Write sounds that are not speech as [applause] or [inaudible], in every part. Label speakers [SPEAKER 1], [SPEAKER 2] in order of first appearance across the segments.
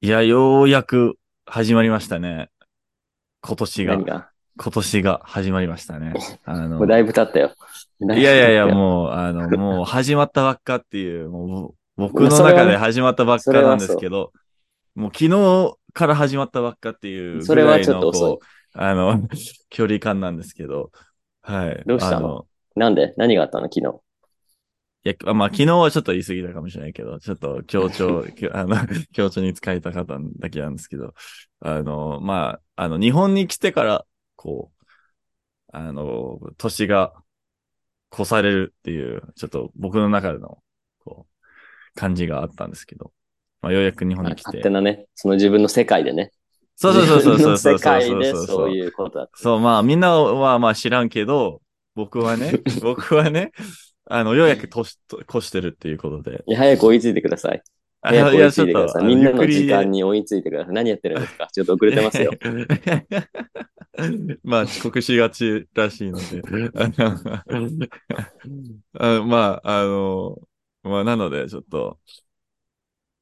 [SPEAKER 1] いや、ようやく始まりましたね。今年が
[SPEAKER 2] 何、が
[SPEAKER 1] 今年が始まりましたね。あ
[SPEAKER 2] もう
[SPEAKER 1] の、
[SPEAKER 2] だいぶ経ったよ。
[SPEAKER 1] いやいやいや、
[SPEAKER 2] う。
[SPEAKER 1] もう、あの、もう始まったばっかっていう、もうぼ
[SPEAKER 2] い
[SPEAKER 1] 僕
[SPEAKER 2] や
[SPEAKER 1] の
[SPEAKER 2] それは
[SPEAKER 1] 中
[SPEAKER 2] ね
[SPEAKER 1] で始まったばっかなんですけど、もう昨日から始まったばっかっていう
[SPEAKER 2] そ
[SPEAKER 1] ぐ
[SPEAKER 2] れは
[SPEAKER 1] らい
[SPEAKER 2] ちょっ
[SPEAKER 1] の、
[SPEAKER 2] と遅い
[SPEAKER 1] こう、あの、 [laughs] 距離感なんですけど、はい。
[SPEAKER 2] どうしたの
[SPEAKER 1] あ
[SPEAKER 2] なんで何があったの昨日。
[SPEAKER 1] いや、まあ、昨日はちょっと言い過ぎたかもしれないけど、ちょっと強調、きょ [laughs] あの、強調に使いたかっただけなんですけど、あの、まあ、あの、日本に来てから、こう、あの、年が越されるっていう、ちょっと僕の中での、こう、感じがあったんですけど、まあ、ようやく日本に来
[SPEAKER 2] 勝
[SPEAKER 1] て
[SPEAKER 2] 手。なね、その自分の世界でね。
[SPEAKER 1] そうそうそうそうそうそうそう
[SPEAKER 2] 自分の世界
[SPEAKER 1] そう
[SPEAKER 2] で
[SPEAKER 1] そ
[SPEAKER 2] そうう。いうことだっ
[SPEAKER 1] そう、まあ、みんなはまあ知らんけど、僕はね、僕はね、あの、ようやく年と越してるっていうことで、
[SPEAKER 2] た。いや早く追いついてください。
[SPEAKER 1] あ
[SPEAKER 2] 早
[SPEAKER 1] の
[SPEAKER 2] く
[SPEAKER 1] い
[SPEAKER 2] 追い
[SPEAKER 1] や、
[SPEAKER 2] つ
[SPEAKER 1] ちょ
[SPEAKER 2] い
[SPEAKER 1] って
[SPEAKER 2] くだ
[SPEAKER 1] と、
[SPEAKER 2] さい。みんなの時
[SPEAKER 1] に
[SPEAKER 2] 間に追いついてください。何やってるんですかちょっと遅れ
[SPEAKER 1] [laughs]
[SPEAKER 2] てますよ。
[SPEAKER 1] まあ、遅刻しがちらしいので。あのあまあ、あの、まあ、なので、ちょっと、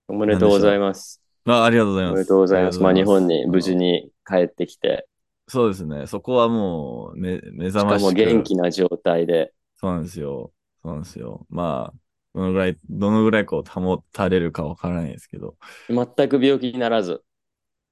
[SPEAKER 2] おめでとうございます。
[SPEAKER 1] まあ、ありがとうござい
[SPEAKER 2] お
[SPEAKER 1] ます。
[SPEAKER 2] めでとうございます。まあ日本に無事
[SPEAKER 1] に。
[SPEAKER 2] に帰ってきて、
[SPEAKER 1] そうですね。そこはもう、め、目
[SPEAKER 2] し
[SPEAKER 1] 覚
[SPEAKER 2] か
[SPEAKER 1] まし
[SPEAKER 2] も
[SPEAKER 1] く。
[SPEAKER 2] 元気な状態で。
[SPEAKER 1] そうなんですよ。そうなんですよ。まあ、どのぐらい、どのぐらいこう、保たれるかわからないですけど。
[SPEAKER 2] 全く病気にならず。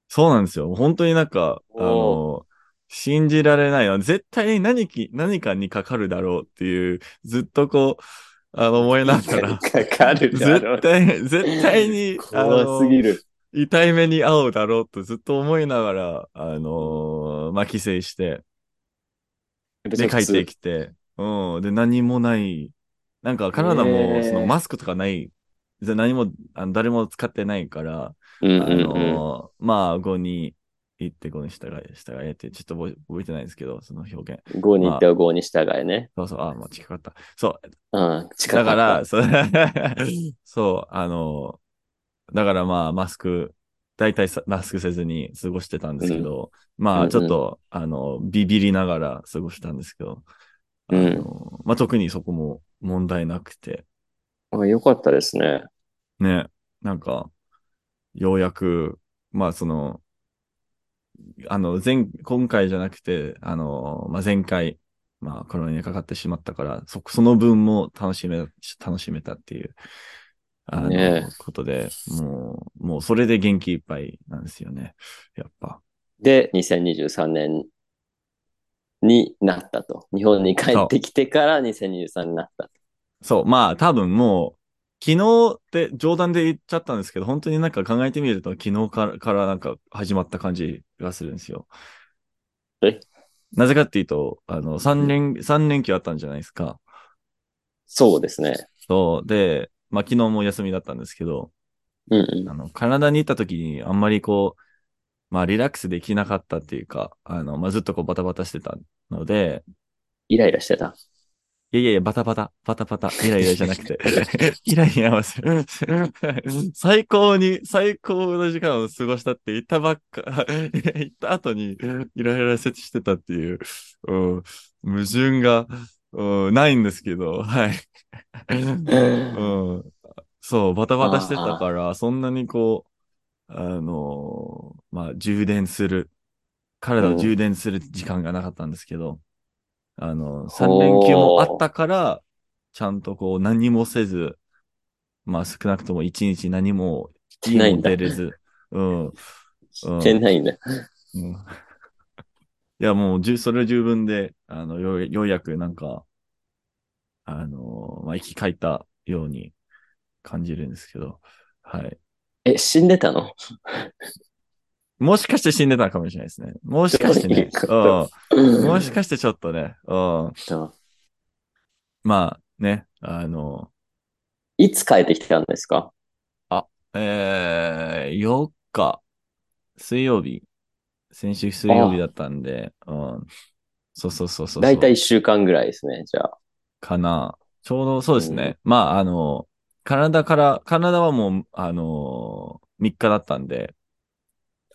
[SPEAKER 1] そうなんですよ。本当になんか、あ
[SPEAKER 2] お
[SPEAKER 1] の、信じられないな。絶対に何き、何かにかかるだろうっていう、ずっとこう、あの、思いな
[SPEAKER 2] [laughs]
[SPEAKER 1] がら、
[SPEAKER 2] かかるだろ
[SPEAKER 1] 絶
[SPEAKER 2] う。
[SPEAKER 1] 対、絶対に、あ
[SPEAKER 2] 怖す
[SPEAKER 1] の、
[SPEAKER 2] ぎる。
[SPEAKER 1] 痛い目に遭うだろうとずっと思いながら、あの、まあ、帰省して、で、帰ってきて、うん、で、何もない。なんか、カナダ
[SPEAKER 2] へ
[SPEAKER 1] も、
[SPEAKER 2] ー
[SPEAKER 1] その、マスクとかない、で何も、あの誰も使ってないから、
[SPEAKER 2] うん
[SPEAKER 1] あ
[SPEAKER 2] うんうん。
[SPEAKER 1] のーまあ、5に行って5に従え、従えって、ちょっと覚え覚えてないですけど、その表現。
[SPEAKER 2] 5に行っては5に従えね。
[SPEAKER 1] そうそう、あ、もう近かった。そう、
[SPEAKER 2] うん、近か
[SPEAKER 1] だ
[SPEAKER 2] った。
[SPEAKER 1] から、
[SPEAKER 2] [laughs]
[SPEAKER 1] そう、そうあのーだからまあ、マスク、大体さマスクせずに過ごしてたんですけど、ま
[SPEAKER 2] うんう
[SPEAKER 1] あ、
[SPEAKER 2] ん
[SPEAKER 1] ちょっと、あの、ビビりながら過ごしたんですけど、あ
[SPEAKER 2] う
[SPEAKER 1] の
[SPEAKER 2] ん
[SPEAKER 1] ーまあ、特にそこも問題なくて、
[SPEAKER 2] あよかったですね。
[SPEAKER 1] ね、なんか、ようやく、まあその、あの、前、今回じゃなくて、あの、まあ、前回、まあコロナにかかってしまったから、そ、その分も楽しめ、楽しめたっていう、あの、
[SPEAKER 2] ね
[SPEAKER 1] ことで、もう、もうそれで元気いっぱいなんですよね。やっぱ。
[SPEAKER 2] で、2023年になったと。日本に帰ってきてから2023になったと。
[SPEAKER 1] そう、まあ多分もう、昨日って冗談で言っちゃったんですけど、本当になんか考えてみると昨日からからなんか始まった感じがするんですよ。
[SPEAKER 2] え
[SPEAKER 1] なぜかっていうと、あの、3連、三連休あったんじゃないですか。
[SPEAKER 2] そうですね。
[SPEAKER 1] そう、で、まあ昨日も休みだったんですけど、
[SPEAKER 2] うんうん。
[SPEAKER 1] あの、カナダに行った時にあんまりこう、まあリラックスできなかったっていうか、あの、まあずっとこうバタバタしてたので、
[SPEAKER 2] イライラしてた。
[SPEAKER 1] いやいやいや、バタバタ、バタバタ、イライラじゃなくて、 [laughs] イライラはする。 [laughs] 最高に、最高の時間を過ごしたって言ったばっか、 [laughs] 言った後に、イライラせしてたっていう、うん、矛盾が、うん、ないんですけど、はい。うん、そう、バタバタしてたから、そんなにこう、あのーまあ、充電する、体を充電する時間がなかったんですけど、あの、3連休もあったから、ちゃんとこう何もせず、まあ少なくとも1日何もいい
[SPEAKER 2] ない
[SPEAKER 1] も
[SPEAKER 2] んだ
[SPEAKER 1] 出れ
[SPEAKER 2] [laughs]
[SPEAKER 1] ず、うん。うん
[SPEAKER 2] してないんだ。
[SPEAKER 1] うんいや、もうじゅ、それ十分で、あの、ようようやくなんか、あのまあ、生き返ったように感じるんですけど、はい。
[SPEAKER 2] え、死んでたの
[SPEAKER 1] もしかして死んでたのかもしれないですね。もしかしてね、
[SPEAKER 2] どういうこ
[SPEAKER 1] うん。もし
[SPEAKER 2] か
[SPEAKER 1] かしてちょっとね、うん。まあね、あの
[SPEAKER 2] いつ帰ってきたんですか
[SPEAKER 1] えー、4日、水曜日、先週水曜日だったんで、うん。そうそうそうそう。
[SPEAKER 2] だいたい1週間ぐらいですね、じゃあ。
[SPEAKER 1] かな。ちょうどそうですね。まあ、あの、カナダから、カナダはもう、あの、3日だったんで、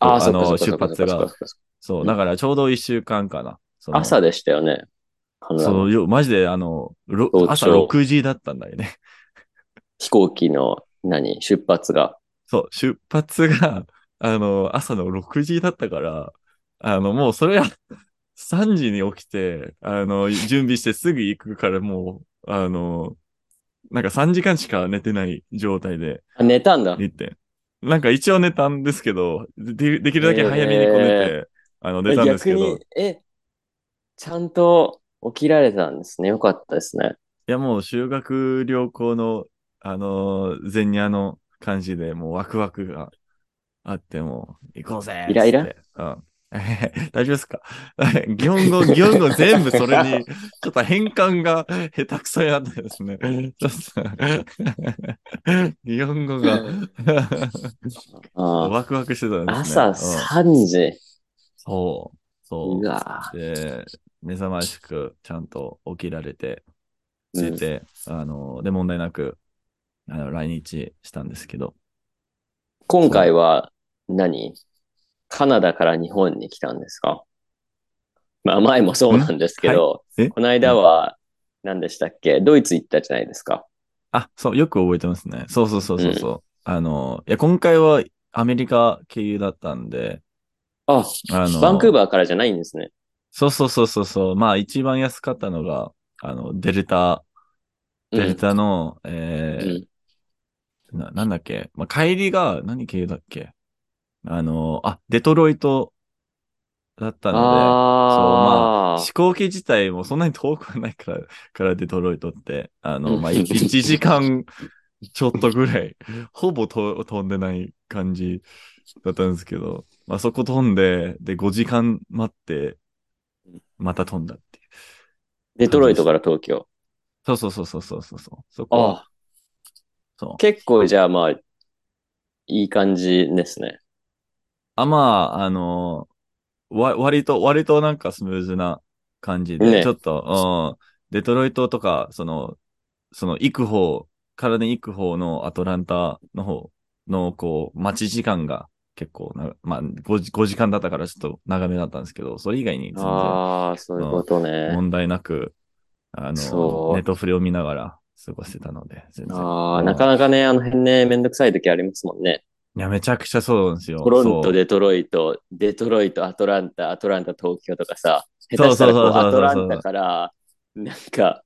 [SPEAKER 2] ああ、
[SPEAKER 1] そ
[SPEAKER 2] そうっ
[SPEAKER 1] あの
[SPEAKER 2] かそっかそっかそっか
[SPEAKER 1] 出発が
[SPEAKER 2] そっかそっ
[SPEAKER 1] そうう、
[SPEAKER 2] ん
[SPEAKER 1] だからちょうど1週間かな。そ
[SPEAKER 2] か
[SPEAKER 1] の
[SPEAKER 2] 朝でしたよね。カナダ
[SPEAKER 1] そ
[SPEAKER 2] の
[SPEAKER 1] う、よマジで、あの、ろ
[SPEAKER 2] 早朝
[SPEAKER 1] 朝6時だったんだよね。 [laughs]
[SPEAKER 2] 飛行機の何出発が。
[SPEAKER 1] そう、出発があの、朝の6時だったから、あの、もうそれは3時に起きて、あの、準備してすぐ行くからもう、あの、なんか3時間しか寝てない状態で
[SPEAKER 2] あ寝たんだ。
[SPEAKER 1] 行って。なんか一応寝たんですけど、でできるだけ早めにこねて、あの、寝たんですけど、
[SPEAKER 2] 逆に、え、ちゃんと起きられたんですね。よかったですね。
[SPEAKER 1] いやもう修学旅行の、あのー、前夜の感じで、もうワクワクがあって、もう、行こうぜ
[SPEAKER 2] イライラ
[SPEAKER 1] つってうん。 [laughs] 大丈夫ですか [laughs] 擬音語、擬音語全部それに、ちょっと変換が下手くそになってですね。ちょっと、 [laughs] 擬音語が
[SPEAKER 2] あー
[SPEAKER 1] ワクワクしてたんですね。
[SPEAKER 2] 朝
[SPEAKER 1] うん
[SPEAKER 2] 3時。
[SPEAKER 1] そう、そう
[SPEAKER 2] わ
[SPEAKER 1] う。で、目覚ましくちゃんと起きられて、
[SPEAKER 2] う
[SPEAKER 1] 出
[SPEAKER 2] ん
[SPEAKER 1] て、あの、で、問題なく、あの、来日したんですけど、
[SPEAKER 2] 今回は何カナダから日本に来たんですかまあ前もそうなんですけど、
[SPEAKER 1] いえ
[SPEAKER 2] この間は何でしたっけドイツ行ったじゃないですか。
[SPEAKER 1] あ、そう、よく覚えてますね。そうそうそうそうそう、あの、いや、今回はアメリカ経由だったんで、
[SPEAKER 2] あ、
[SPEAKER 1] あの、
[SPEAKER 2] バンクー
[SPEAKER 1] バー
[SPEAKER 2] バーからじゃないんですね。
[SPEAKER 1] そうそうそうそうそう、まあ、一番安かったのが、あの、デルタ、
[SPEAKER 2] うん
[SPEAKER 1] デルタの、え
[SPEAKER 2] う
[SPEAKER 1] ー
[SPEAKER 2] ん
[SPEAKER 1] な、なんだっけ、まあ、帰りが何経由だっけあの、あ、デトロイトだったので、
[SPEAKER 2] あー
[SPEAKER 1] 飛行機自体もそんなに遠くはないから、 [laughs] からデトロイトって、あの、まあ、
[SPEAKER 2] うん
[SPEAKER 1] い1時間 [laughs] ちょっとぐらい、ほぼと飛んでない感じだったんですけど、まあ、そこ飛んで、で、5時間待って、また飛んだっていう。
[SPEAKER 2] デトロイトから東京。
[SPEAKER 1] そうそうそうそうそうそうそう。そこ
[SPEAKER 2] あ
[SPEAKER 1] は、
[SPEAKER 2] あ、
[SPEAKER 1] そう。
[SPEAKER 2] 結構じゃあまあ、いい感じですね。
[SPEAKER 1] あ、まあ、あのーわ、割と、割となんかスムーズな感じで、
[SPEAKER 2] ね
[SPEAKER 1] ちょっと、うん、デトロイトとか、その、その、行く方、体に行く方のアトランタの方の、こう、待ち時間が結構な、まあ5時、5時間だったからちょっと長めだったんですけど、それ以外に全然
[SPEAKER 2] ああ、そういうことね。
[SPEAKER 1] 問題なく、あ
[SPEAKER 2] そ
[SPEAKER 1] の、
[SPEAKER 2] う
[SPEAKER 1] ネットフリを見ながら過ごしてたので、全然。
[SPEAKER 2] あ
[SPEAKER 1] う
[SPEAKER 2] あ、
[SPEAKER 1] ん
[SPEAKER 2] なかなかね、あの辺ね、めんどくさい時ありますもんね。
[SPEAKER 1] いや、めちゃくちゃそうなんですよ。
[SPEAKER 2] トロン
[SPEAKER 1] そ
[SPEAKER 2] ト、
[SPEAKER 1] う
[SPEAKER 2] デトロイト、デトロイト、アトランタ、アトランタ、東京とかさ、下
[SPEAKER 1] そう
[SPEAKER 2] 手したらこう
[SPEAKER 1] そうそうそうそう
[SPEAKER 2] アトランタから、なんか、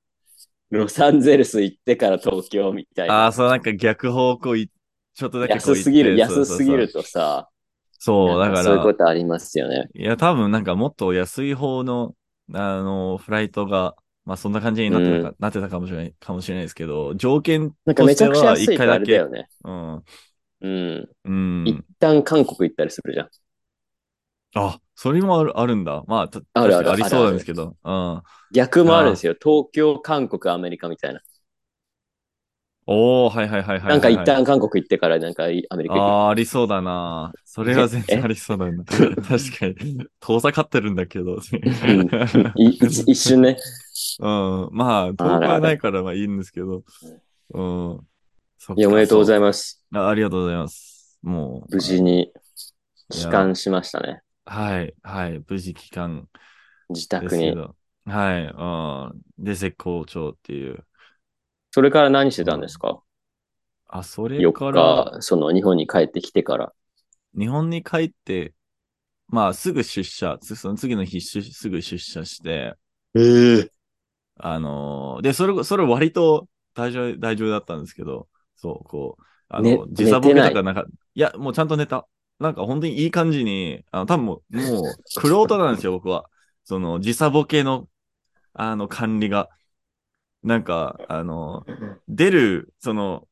[SPEAKER 2] ロサンゼルス行ってから東京みたい
[SPEAKER 1] あ
[SPEAKER 2] な。
[SPEAKER 1] あ、そう、なんか逆方向い、ちょっとだけこう行
[SPEAKER 2] 安
[SPEAKER 1] って
[SPEAKER 2] すぎる、
[SPEAKER 1] そうそう
[SPEAKER 2] 安
[SPEAKER 1] そう
[SPEAKER 2] すぎるとさ、
[SPEAKER 1] そう、
[SPEAKER 2] な
[SPEAKER 1] だ
[SPEAKER 2] ん
[SPEAKER 1] か
[SPEAKER 2] そういう
[SPEAKER 1] ら、
[SPEAKER 2] ことありますよね。
[SPEAKER 1] いや、多分なんかもっと安い方の、あの、フライトが、まあそんな感じになってたか、なってたかもしれない、かもしれないですけど、条件
[SPEAKER 2] なんか
[SPEAKER 1] と
[SPEAKER 2] め
[SPEAKER 1] し
[SPEAKER 2] ちゃ
[SPEAKER 1] て
[SPEAKER 2] くちゃ
[SPEAKER 1] は
[SPEAKER 2] 安
[SPEAKER 1] 一
[SPEAKER 2] いと
[SPEAKER 1] 回
[SPEAKER 2] あ
[SPEAKER 1] だ
[SPEAKER 2] れだ
[SPEAKER 1] け、
[SPEAKER 2] よね。
[SPEAKER 1] うん、
[SPEAKER 2] うん。
[SPEAKER 1] う
[SPEAKER 2] 一
[SPEAKER 1] ん。
[SPEAKER 2] 旦韓国行ったりするじゃん。
[SPEAKER 1] あ、それもある、あるんだ。まあ、た
[SPEAKER 2] あるあ
[SPEAKER 1] 確
[SPEAKER 2] る
[SPEAKER 1] かにありそうなんですけど、うん。
[SPEAKER 2] 逆もあるんですよ。東京、韓国、アメリカみたいな。
[SPEAKER 1] おー、はいはいはいはいはい。
[SPEAKER 2] なんか一
[SPEAKER 1] あ
[SPEAKER 2] 旦韓国行ってから、なんかアメリカ行く。
[SPEAKER 1] あー、ありそうだな。それは全然ありそうだな。確かに。遠ざかってるんだけど。
[SPEAKER 2] い一一瞬ね。
[SPEAKER 1] [laughs] うん。まあ、遠くはないからまあいいんですけど。うん。そっ
[SPEAKER 2] いや、おめでとうござ
[SPEAKER 1] い
[SPEAKER 2] います。
[SPEAKER 1] ます。あありがとうございます。もう。
[SPEAKER 2] 無事に
[SPEAKER 1] いや
[SPEAKER 2] 帰還しましたね。
[SPEAKER 1] はい、はい。無事帰還
[SPEAKER 2] 自
[SPEAKER 1] で
[SPEAKER 2] 宅
[SPEAKER 1] すけ
[SPEAKER 2] に。
[SPEAKER 1] ど。はい。うん。で、絶好調っていう。
[SPEAKER 2] それから何してたんですか
[SPEAKER 1] あ、それ
[SPEAKER 2] ?4
[SPEAKER 1] から、
[SPEAKER 2] 日、その日本に帰ってきてから。
[SPEAKER 1] 日本に帰って、まあ、すぐ出社、つその次の日、出すぐ出社して、
[SPEAKER 2] ええ。
[SPEAKER 1] あのーで、それ、それ割と大丈夫、大丈夫だったんですけど、そう、こう、あ
[SPEAKER 2] ね
[SPEAKER 1] の、時差ボケ
[SPEAKER 2] 寝
[SPEAKER 1] と
[SPEAKER 2] て
[SPEAKER 1] かなんか、いや、もうちゃんと寝た。なんか本当にいい感じに、あの、多分もう、もう、くろなん
[SPEAKER 2] [laughs]
[SPEAKER 1] ですよ、僕は。その、時差ボケの、あの、管理が。なんか、あの、出る、その、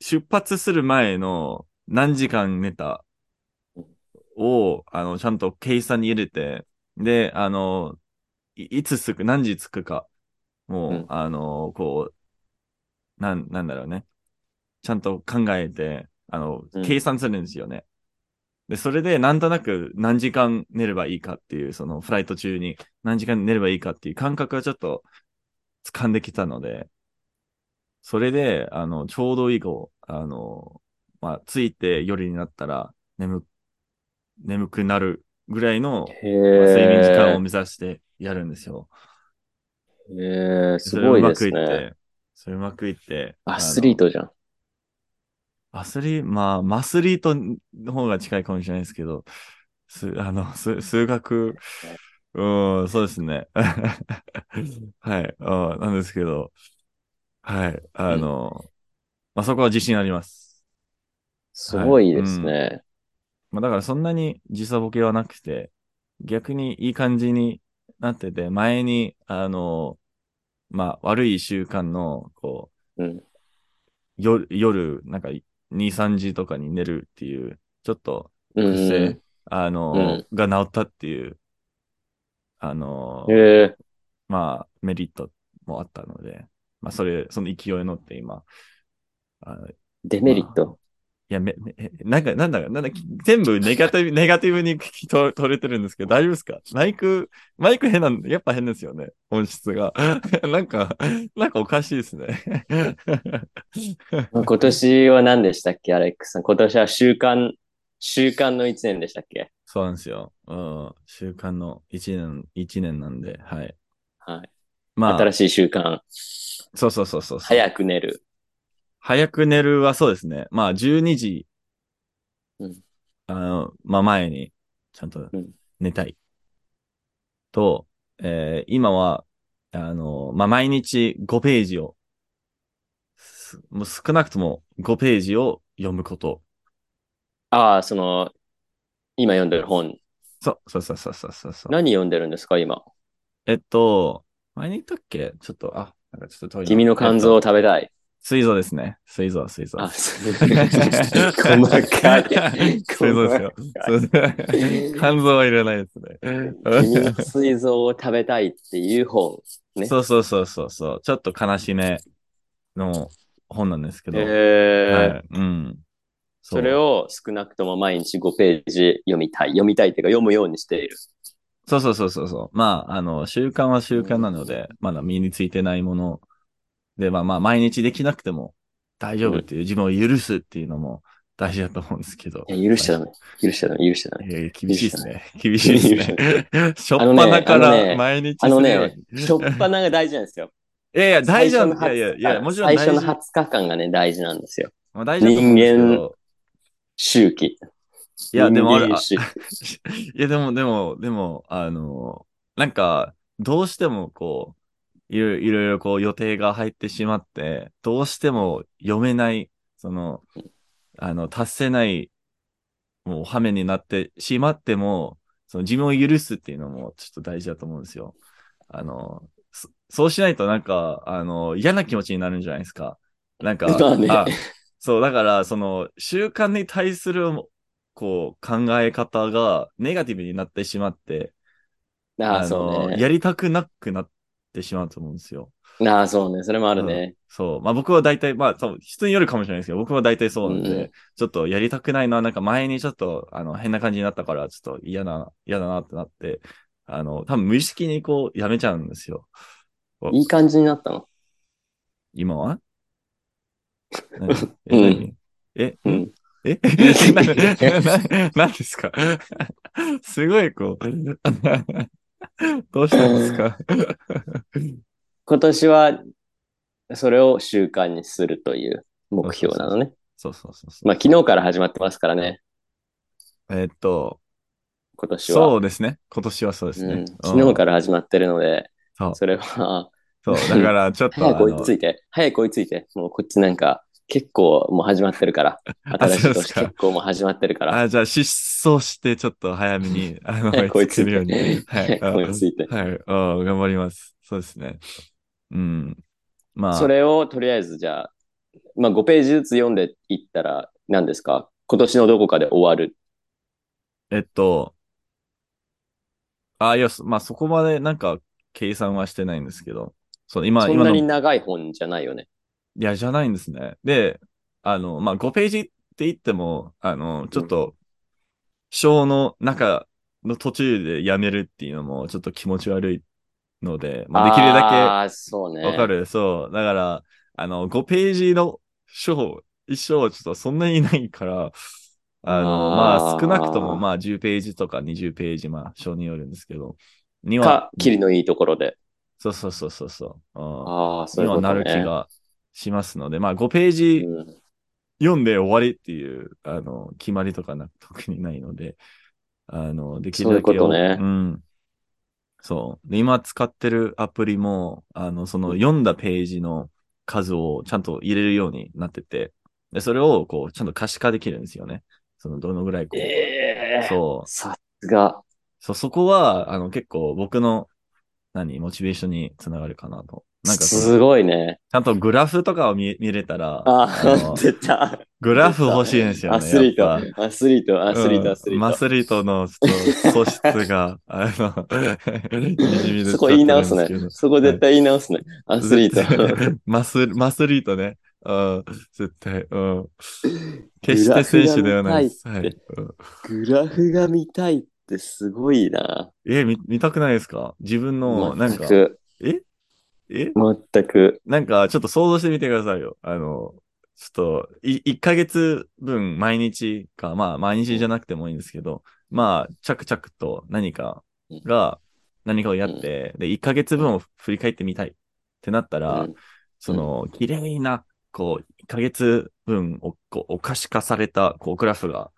[SPEAKER 1] 出発する前の何時間寝たを、あの、ちゃんと計算に入れて、で、あの、いいつ着く、何時着くか、もう、
[SPEAKER 2] うん
[SPEAKER 1] あの、こう、なん、なんだろうね。ちゃんと考えて、あの
[SPEAKER 2] う、ん
[SPEAKER 1] 計算するんですよね。で、それで、なんとなく何時間寝ればいいかっていう、その、フライト中に何時間寝ればいいかっていう感覚がちょっと掴んできたので、それで、あの、ちょうど以降、あの、まあ、着いて夜になったら、眠、眠くなるぐらいの、
[SPEAKER 2] へ
[SPEAKER 1] まあ睡眠時間を
[SPEAKER 2] え。
[SPEAKER 1] 目指してやるんですよ。
[SPEAKER 2] へえ、す
[SPEAKER 1] それを
[SPEAKER 2] ご
[SPEAKER 1] う
[SPEAKER 2] い
[SPEAKER 1] ま
[SPEAKER 2] で
[SPEAKER 1] くい
[SPEAKER 2] す
[SPEAKER 1] っ
[SPEAKER 2] ね。
[SPEAKER 1] て、それうまくいって。
[SPEAKER 2] アスリー
[SPEAKER 1] ト
[SPEAKER 2] トじゃん。
[SPEAKER 1] アスリー、まあ、マスリートの方が近いかもしれないですけど、す、 [laughs] あの、す数
[SPEAKER 2] [laughs]
[SPEAKER 1] 学、うん、そうですね。 [laughs] はい、あなんですけど、はい、あの、まあ、そこは自信あります。
[SPEAKER 2] すごいですね。
[SPEAKER 1] まあ、だからそんなに時差ボケはなくて、逆にいい感じになってて、前に、あの、まあ、悪い習慣の、こう、
[SPEAKER 2] うん。
[SPEAKER 1] 夜、夜、なんか、2、3時とかに寝るっていう、ちょっと
[SPEAKER 2] うん。
[SPEAKER 1] 癖、
[SPEAKER 2] へ
[SPEAKER 1] あの、が治ったっていう、あの、
[SPEAKER 2] え。
[SPEAKER 1] まあ、メリットもあったので、まあ、それ、その勢いに乗って今、あのい
[SPEAKER 2] デメリット。
[SPEAKER 1] や、め、めえなんか、なんだか、なんだ、き全部ネガティブ、ネガティブに聞き取取れてるんですけど、大丈夫ですかマイク、マイク変なん、やっぱ変ですよね、音質が。 [laughs] なんか、なんかおかしいですね。
[SPEAKER 2] まあ今年は何でしたっけ、アレックスさん。今年は週間、週間の一年でしたっけ
[SPEAKER 1] [laughs] そうなんですよ。うん。習慣の一年、一年なんで、はい。
[SPEAKER 2] はい。
[SPEAKER 1] まあ、
[SPEAKER 2] 新しい習慣。
[SPEAKER 1] そうそうそうそうそう。
[SPEAKER 2] 早く寝る。
[SPEAKER 1] 早く寝るはそうですね。まあ、12時、
[SPEAKER 2] うん
[SPEAKER 1] あの、まあ前に、ちゃんと
[SPEAKER 2] うん
[SPEAKER 1] 寝たい。と、えー今は、あの、まあ毎日5ページを、すもう少なくとも5ページを読むこと。
[SPEAKER 2] ああ、その、今読んでる本。
[SPEAKER 1] そう、そうそうそうそうそうそう。
[SPEAKER 2] 何読んでるんですか、今。
[SPEAKER 1] えっと、前に言ったっけちょっと、あ、なんかちょっと遠いな
[SPEAKER 2] 君の肝臓を食べたい。
[SPEAKER 1] 水蔵ですね。水蔵、水蔵。[laughs]
[SPEAKER 2] あ、そう細かい。
[SPEAKER 1] 水蔵ですよ。そうです肝臓はいらないです
[SPEAKER 2] 君の
[SPEAKER 1] ね。
[SPEAKER 2] 膵臓を食べたいっていう本。ね
[SPEAKER 1] そうそうそうそうそう。ちょっと悲しめの本なんですけど。
[SPEAKER 2] え
[SPEAKER 1] はい、うん。
[SPEAKER 2] それ
[SPEAKER 1] を。
[SPEAKER 2] を少なくとも毎日5ページ読みたい。読みたいっていうか読むようにしている。
[SPEAKER 1] そうそうそうそうそう。まあ、あの、習慣は習慣なので、まだ身についてないもので、まあまあ、毎日できなくても大丈夫っていう、自分を許すっていうのも大事だと思うんですけど。
[SPEAKER 2] いや許しちゃダメ。許しちゃダメ。許しちゃダメ。
[SPEAKER 1] いやいや厳しいですね。厳しいですね。しょっ
[SPEAKER 2] あのね
[SPEAKER 1] ぱなか
[SPEAKER 2] あのね
[SPEAKER 1] ら毎日す
[SPEAKER 2] あ
[SPEAKER 1] る
[SPEAKER 2] の
[SPEAKER 1] ように。
[SPEAKER 2] ね、しょっぱなが大事なんですよ。
[SPEAKER 1] いやいや、 [laughs] 大事なんいや
[SPEAKER 2] 最
[SPEAKER 1] い
[SPEAKER 2] 初の
[SPEAKER 1] や
[SPEAKER 2] 20
[SPEAKER 1] いや、もちろん
[SPEAKER 2] 最
[SPEAKER 1] 大事。
[SPEAKER 2] 初の20日間がね、大事なんですよ。
[SPEAKER 1] まあ大事だと思うんですけど
[SPEAKER 2] 周期。
[SPEAKER 1] いや、でもあれ、
[SPEAKER 2] 人間
[SPEAKER 1] あ
[SPEAKER 2] 周期
[SPEAKER 1] いや、でも、でも、でも、あの、なんか、どうしてもこう、いろいろいろいろこう予定が入ってしまって、どうしても読めない、その、あの、達せない、もう、ハメになってしまっても、その自分を許すっていうのもちょっと大事だと思うんですよ。あの、そそうしないとなんか、あの、嫌な気持ちになるんじゃないですか。なんか、
[SPEAKER 2] [laughs] まあね
[SPEAKER 1] あそう、だから、その、習慣に対する、こう、考え方がネガティブになってしまって、
[SPEAKER 2] ああ、そう
[SPEAKER 1] や
[SPEAKER 2] ね。
[SPEAKER 1] りたくなくなってしまうと思うんですよ。
[SPEAKER 2] ああ、そうね。それもあるね。
[SPEAKER 1] そう。まあ僕は大体、まあ多分人によるかもしれないですけど、僕は大体そうなんで、
[SPEAKER 2] うんうん
[SPEAKER 1] ちょっとやりたくないな、なんか前にちょっと、あの、変な感じになったから、ちょっと嫌な、嫌だなってなって、あの、多分無意識にこう、やめちゃうんですよ。うん
[SPEAKER 2] いい感じになったの。
[SPEAKER 1] 今は
[SPEAKER 2] う
[SPEAKER 1] 何
[SPEAKER 2] ん
[SPEAKER 1] え、
[SPEAKER 2] う
[SPEAKER 1] 何
[SPEAKER 2] ん
[SPEAKER 1] え、 [laughs] えな、な、なんですか [laughs] すごい、こう、どう [laughs] したんですか
[SPEAKER 2] 今年は、それを習慣にするという目標なのね。
[SPEAKER 1] そうそうそうそう。
[SPEAKER 2] まあ、昨日から始まってますからね。
[SPEAKER 1] えーっと、
[SPEAKER 2] 今年は。
[SPEAKER 1] そうですね。今年はそうですね。
[SPEAKER 2] うん、昨日
[SPEAKER 1] ら。
[SPEAKER 2] から始まってるので、
[SPEAKER 1] そう
[SPEAKER 2] それは、
[SPEAKER 1] そう、だからちょっ
[SPEAKER 2] [laughs]
[SPEAKER 1] と、
[SPEAKER 2] 早く追いつ
[SPEAKER 1] い
[SPEAKER 2] いて、早く追いついて、もうこっちなんか、結構もう始まって
[SPEAKER 1] [laughs]
[SPEAKER 2] るから、新し
[SPEAKER 1] そう
[SPEAKER 2] い
[SPEAKER 1] です
[SPEAKER 2] 年
[SPEAKER 1] か
[SPEAKER 2] 結構もう始まってるから、
[SPEAKER 1] あ、じゃあ失踪して、ちょっと早めに、
[SPEAKER 2] [laughs]
[SPEAKER 1] あの、
[SPEAKER 2] 早く追
[SPEAKER 1] 追い
[SPEAKER 2] い
[SPEAKER 1] つ
[SPEAKER 2] つ
[SPEAKER 1] け
[SPEAKER 2] い
[SPEAKER 1] るよう
[SPEAKER 2] て
[SPEAKER 1] に。、 [laughs] はい。
[SPEAKER 2] [laughs]
[SPEAKER 1] あ
[SPEAKER 2] 追いついて。
[SPEAKER 1] はい。あ頑張ります。そうですね。うん。まあ、
[SPEAKER 2] それをとりあえずじゃあ、まあ5ページずつ読んでいったら何ですか今年のどこかで終わる。
[SPEAKER 1] えっと、あ、いや、そまあそこまでなんか計算はしてないんですけど、そう、今、
[SPEAKER 2] そん
[SPEAKER 1] 今
[SPEAKER 2] な
[SPEAKER 1] の、い
[SPEAKER 2] に長い本じゃないよね。
[SPEAKER 1] や、じゃないんですね。で、あの、まあ5ページって言っても、あの、ちょっと、章の中の途中でやめるっていうのもちょっと気持ち悪いので、まあ、できるだけ、
[SPEAKER 2] ああ、そうね。
[SPEAKER 1] わかる、そう。だから、あの、5ページの章、一章、ちょっとそんなにないから、あの、ま
[SPEAKER 2] あ
[SPEAKER 1] あ、
[SPEAKER 2] ー
[SPEAKER 1] 少なくとも、まあ、10ページとか20ページ、まあ、章によるんですけど、には
[SPEAKER 2] か、、切りのいいところで。
[SPEAKER 1] そうそうそうそうそう、うん
[SPEAKER 2] ああ、そう
[SPEAKER 1] に
[SPEAKER 2] いうこ
[SPEAKER 1] はな
[SPEAKER 2] とね。
[SPEAKER 1] る気がしますので、まあ、5ページ
[SPEAKER 2] うん
[SPEAKER 1] 読んで終わりっていう、あの、決まりとかな、 [laughs] 特にないので、あの、できるだけ
[SPEAKER 2] そういうことね
[SPEAKER 1] うん。そう。で、今使ってるアプリも、あの、その読んだページの数をちゃんと入れるようになってて、で、それをこう、ちゃんと可視化できるんですよね。その、どのぐらいこう、
[SPEAKER 2] ええ
[SPEAKER 1] そう、
[SPEAKER 2] さすが。
[SPEAKER 1] そう、そこは、あの、結構僕の、何、モチベーションにつながるかなと。なんかその、
[SPEAKER 2] すごいね。
[SPEAKER 1] ちゃんとグラフとかを見見れたら、
[SPEAKER 2] あ
[SPEAKER 1] の、
[SPEAKER 2] 出た。
[SPEAKER 1] グラフ欲しいんですよね。
[SPEAKER 2] アスリー
[SPEAKER 1] やっぱ
[SPEAKER 2] ト、アスリート、アスリー
[SPEAKER 1] う
[SPEAKER 2] ト、
[SPEAKER 1] ん
[SPEAKER 2] アスリ
[SPEAKER 1] マ
[SPEAKER 2] ート。
[SPEAKER 1] スリートのちょっと素質
[SPEAKER 2] [laughs]
[SPEAKER 1] が、あの、にじみ出ちゃってるんですけど
[SPEAKER 2] そこ言い直すね。そこ絶対言い直すね。アスリート。
[SPEAKER 1] ト。マス、マスリートね。うん、絶対。うん。決して選手ではないです。
[SPEAKER 2] グラ
[SPEAKER 1] は
[SPEAKER 2] フが見たいっ
[SPEAKER 1] いうん
[SPEAKER 2] て、[laughs] グラフが見たいってすごいな。
[SPEAKER 1] え、見、見たくないですか自分の、なん
[SPEAKER 2] 全
[SPEAKER 1] か、
[SPEAKER 2] く、
[SPEAKER 1] え
[SPEAKER 2] 全く。
[SPEAKER 1] なんか、ちょっと想像してみてくださいよ。あの、ちょっと、い、1ヶ月分毎日か、まあ、毎日じゃなくてもいいんですけど、まあ、着々と何かが、何かをやって、で、1ヶ月分を振り返ってみたいってなったら、
[SPEAKER 2] うん
[SPEAKER 1] その、綺麗な、こう、1ヶ月分を、こう、お可視化された、こう、グラフが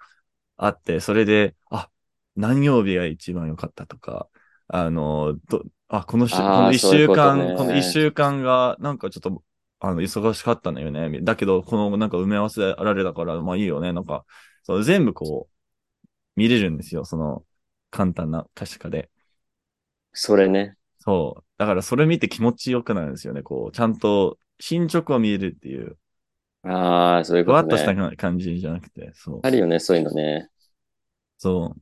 [SPEAKER 1] あって、それで、あ、何曜日が一番良かったとか、あの、ど、あ、このし、こ
[SPEAKER 2] あー
[SPEAKER 1] の一
[SPEAKER 2] そうい
[SPEAKER 1] 週
[SPEAKER 2] うこと
[SPEAKER 1] 間、
[SPEAKER 2] ね
[SPEAKER 1] この一週間が、なんかちょっと、あの、忙しかったんだよね。だけど、この、なんか埋め合わせられたから、まあいいよね。なんか、その全部こう、見れるんですよ。その、簡単な可視化で。
[SPEAKER 2] それね。
[SPEAKER 1] そう。だからそれ見て気持ちよくなるんですよね。こう、ちゃんと進捗を見えるっていう、
[SPEAKER 2] ああ、そういう
[SPEAKER 1] ふ
[SPEAKER 2] こ
[SPEAKER 1] わ
[SPEAKER 2] と
[SPEAKER 1] っとした
[SPEAKER 2] ね。
[SPEAKER 1] か感じじゃなくて、そう。
[SPEAKER 2] あるよね、そういうのね。
[SPEAKER 1] そう。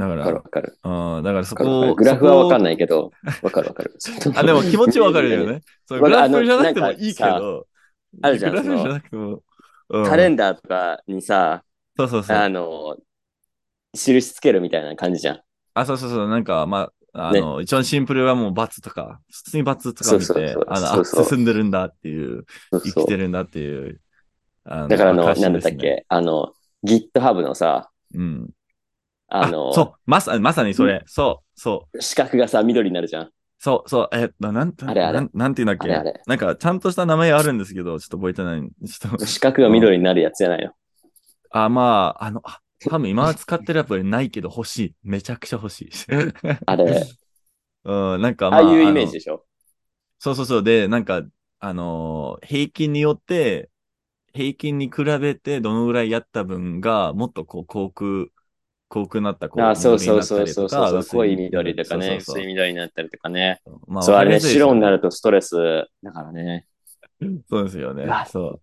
[SPEAKER 1] だか
[SPEAKER 2] わかるわ
[SPEAKER 1] ら、
[SPEAKER 2] かる。
[SPEAKER 1] うん、だからそ
[SPEAKER 2] わかるわか
[SPEAKER 1] こ
[SPEAKER 2] るグラフはわかん
[SPEAKER 1] ない。
[SPEAKER 2] ないけど、わかるわかる。
[SPEAKER 1] [laughs] あ、でも気持ちはわかるよ。ね。そう、グ
[SPEAKER 2] [laughs] わかる
[SPEAKER 1] ラ
[SPEAKER 2] あの
[SPEAKER 1] フじゃなくてもいいけ
[SPEAKER 2] なん
[SPEAKER 1] ど、
[SPEAKER 2] あるじゃん
[SPEAKER 1] グラフじ
[SPEAKER 2] そ
[SPEAKER 1] ゃ
[SPEAKER 2] の
[SPEAKER 1] なくても、うん、
[SPEAKER 2] カレンダーとかにさ、
[SPEAKER 1] そうそうそう
[SPEAKER 2] あ。の、印つけるみたいな感じじゃん。
[SPEAKER 1] あ、そうそうそう、なんか、まあ、あの、一番シンプルはもうバツとか、普通にバツとか見
[SPEAKER 2] そうそう
[SPEAKER 1] て
[SPEAKER 2] そう、
[SPEAKER 1] あ
[SPEAKER 2] そ
[SPEAKER 1] の、
[SPEAKER 2] うそう
[SPEAKER 1] あ進んでるんだっていう、
[SPEAKER 2] そう
[SPEAKER 1] 生
[SPEAKER 2] そ
[SPEAKER 1] き
[SPEAKER 2] う
[SPEAKER 1] てるんだっていう、あの
[SPEAKER 2] だからあの、
[SPEAKER 1] 証
[SPEAKER 2] なん
[SPEAKER 1] で
[SPEAKER 2] だっ
[SPEAKER 1] す
[SPEAKER 2] た
[SPEAKER 1] ね
[SPEAKER 2] っけあの、GitHub のさ、
[SPEAKER 1] うん。
[SPEAKER 2] あの、
[SPEAKER 1] そう、まさ、まさにそれ、そう、そう、
[SPEAKER 2] 四角がさ、緑になるじゃん。
[SPEAKER 1] そう、そう、え、ななんて、
[SPEAKER 2] あれあれ
[SPEAKER 1] なんなんて言うんだっけ
[SPEAKER 2] あれあれ
[SPEAKER 1] なんか、ちゃんとした名前あるんですけど、ちょっと覚えてない。ちょっと、
[SPEAKER 2] 四角が緑になるやつじゃないの。
[SPEAKER 1] あ、まあ、あの、あ、多分今使ってるアプリないけど欲しい。めちゃくちゃ欲しい。 [laughs]
[SPEAKER 2] あれ、
[SPEAKER 1] うん、なんか、
[SPEAKER 2] あ
[SPEAKER 1] ま
[SPEAKER 2] あ
[SPEAKER 1] [laughs] あ、
[SPEAKER 2] いうイメージ
[SPEAKER 1] の
[SPEAKER 2] でしょ。
[SPEAKER 1] そうそうそう。で、なんか、あのー平均によって、平均に比べてどのぐらいやった分が、もっとこう、航空、航空なった、こう、
[SPEAKER 2] あそう
[SPEAKER 1] 緑
[SPEAKER 2] そ
[SPEAKER 1] になった
[SPEAKER 2] うそう
[SPEAKER 1] り
[SPEAKER 2] そ
[SPEAKER 1] と
[SPEAKER 2] うそう
[SPEAKER 1] か、
[SPEAKER 2] そう、
[SPEAKER 1] 薄
[SPEAKER 2] 濃い緑とかね、
[SPEAKER 1] そう
[SPEAKER 2] 薄
[SPEAKER 1] そうそ
[SPEAKER 2] い
[SPEAKER 1] う
[SPEAKER 2] 緑になったりとかね。
[SPEAKER 1] ま
[SPEAKER 2] そう、
[SPEAKER 1] わ
[SPEAKER 2] あ
[SPEAKER 1] かりや
[SPEAKER 2] れね、
[SPEAKER 1] すいですよ
[SPEAKER 2] 白になるとストレスだからね、
[SPEAKER 1] そうですよね
[SPEAKER 2] うわ。
[SPEAKER 1] そ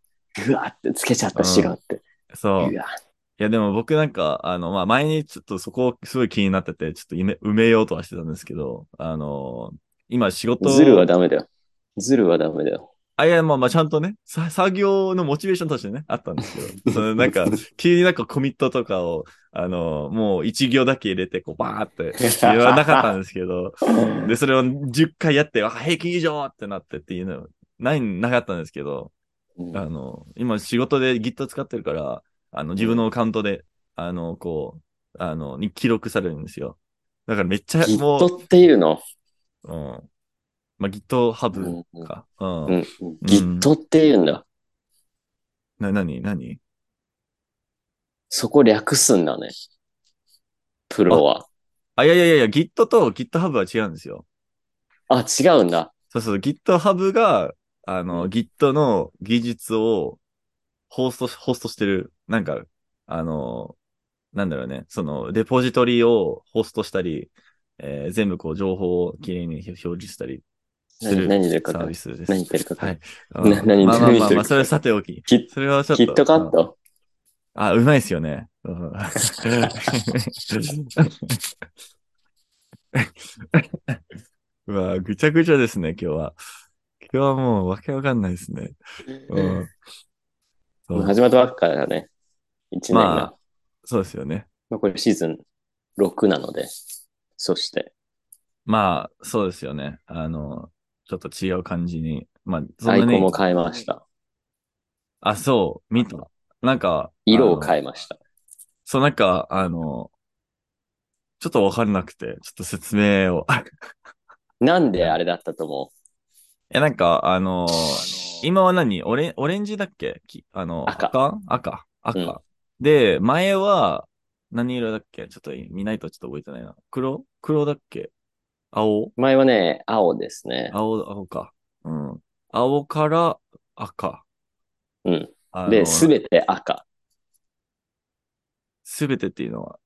[SPEAKER 2] ぐわってつけちゃった白って。
[SPEAKER 1] う。そう。
[SPEAKER 2] ぐわ
[SPEAKER 1] いや、でも僕なんか、あの、まあ、前にちょっとそこすごい気になってて、ちょっと埋め埋めようとはしてたんですけど、あのー今仕事を
[SPEAKER 2] ズルはダメだよ。ズルはダメだよ。
[SPEAKER 1] あ、いや、まあまあ、ちゃんとね、さ作業のモチベーションとしてね、あったんですけど、そのなん
[SPEAKER 2] [laughs]
[SPEAKER 1] か、急になんかコミットとかを、あの、もう一行だけ入れて、こう、バーって言わなかったんですけど、で、それを10回やって、あ、平均以上ってなってっていうの、ない、なかったんですけど、
[SPEAKER 2] うん
[SPEAKER 1] あの、今仕事で Git 使ってるから、あの、自分のアカウントで、あの、こう、あの、に記録されるんですよ。だからめっちゃ、も
[SPEAKER 2] Git っていうの。
[SPEAKER 1] う、うん。まあ、GitHub
[SPEAKER 2] うんうん
[SPEAKER 1] か。うん。
[SPEAKER 2] うん Git っていうんだ。
[SPEAKER 1] な、なに、なに
[SPEAKER 2] そこ略すんだね。プロは。
[SPEAKER 1] あ、いやいやいやいや、Git と GitHub は違うんですよ。
[SPEAKER 2] あ、違うんだ。
[SPEAKER 1] そうそう、GitHub が、あ
[SPEAKER 2] う
[SPEAKER 1] の、
[SPEAKER 2] ん
[SPEAKER 1] Git の技術をホスト、ホストしてる、なんか、あの、なんだろうね、その、レポジトリをホストしたり、えー全部こう、情報をきれいに表示したりす
[SPEAKER 2] 何
[SPEAKER 1] る
[SPEAKER 2] 何で
[SPEAKER 1] サ
[SPEAKER 2] か
[SPEAKER 1] ービスです。
[SPEAKER 2] 何言ってるか
[SPEAKER 1] はい。
[SPEAKER 2] 何
[SPEAKER 1] うん
[SPEAKER 2] 何
[SPEAKER 1] まあまあ
[SPEAKER 2] 何
[SPEAKER 1] まあ
[SPEAKER 2] して
[SPEAKER 1] ま
[SPEAKER 2] る
[SPEAKER 1] あ、それはさておき。
[SPEAKER 2] Git
[SPEAKER 1] それはちょっと。
[SPEAKER 2] キットカット
[SPEAKER 1] あ、うまいっすよね。うん [laughs] うわ、ぐちゃぐちゃですね、今日は。今日はもうわけわかんないですね。うん、そ
[SPEAKER 2] もう
[SPEAKER 1] う
[SPEAKER 2] 始まったばっかだね。1年が。
[SPEAKER 1] まあそうですよね。
[SPEAKER 2] まあ、これシーズン6なので、そして、
[SPEAKER 1] まあ、そうですよね。あの、ちょっと違う感じに。まあ、そ
[SPEAKER 2] ア
[SPEAKER 1] ん
[SPEAKER 2] イ
[SPEAKER 1] な
[SPEAKER 2] コ
[SPEAKER 1] に
[SPEAKER 2] ンも変えました。
[SPEAKER 1] あ、そう、見た。なんか、
[SPEAKER 2] 色
[SPEAKER 1] あ
[SPEAKER 2] を
[SPEAKER 1] の
[SPEAKER 2] 変えました。
[SPEAKER 1] そう、なんか、あの、ちょっとわかんなくて、ちょっと説明を。 [laughs]
[SPEAKER 2] なんであれだったと思
[SPEAKER 1] え、なんか、あの、今は何オレンオレンジだっけきあの、
[SPEAKER 2] 赤
[SPEAKER 1] 赤赤赤
[SPEAKER 2] うん
[SPEAKER 1] で、前は何色だっけちょっと見ないとちょっと覚えてないな。黒黒だっけ青
[SPEAKER 2] 前はね、青ですね。
[SPEAKER 1] 青、青か。うん。青から赤。
[SPEAKER 2] うん。
[SPEAKER 1] あの
[SPEAKER 2] で、すべて赤。
[SPEAKER 1] すべてっていうのは、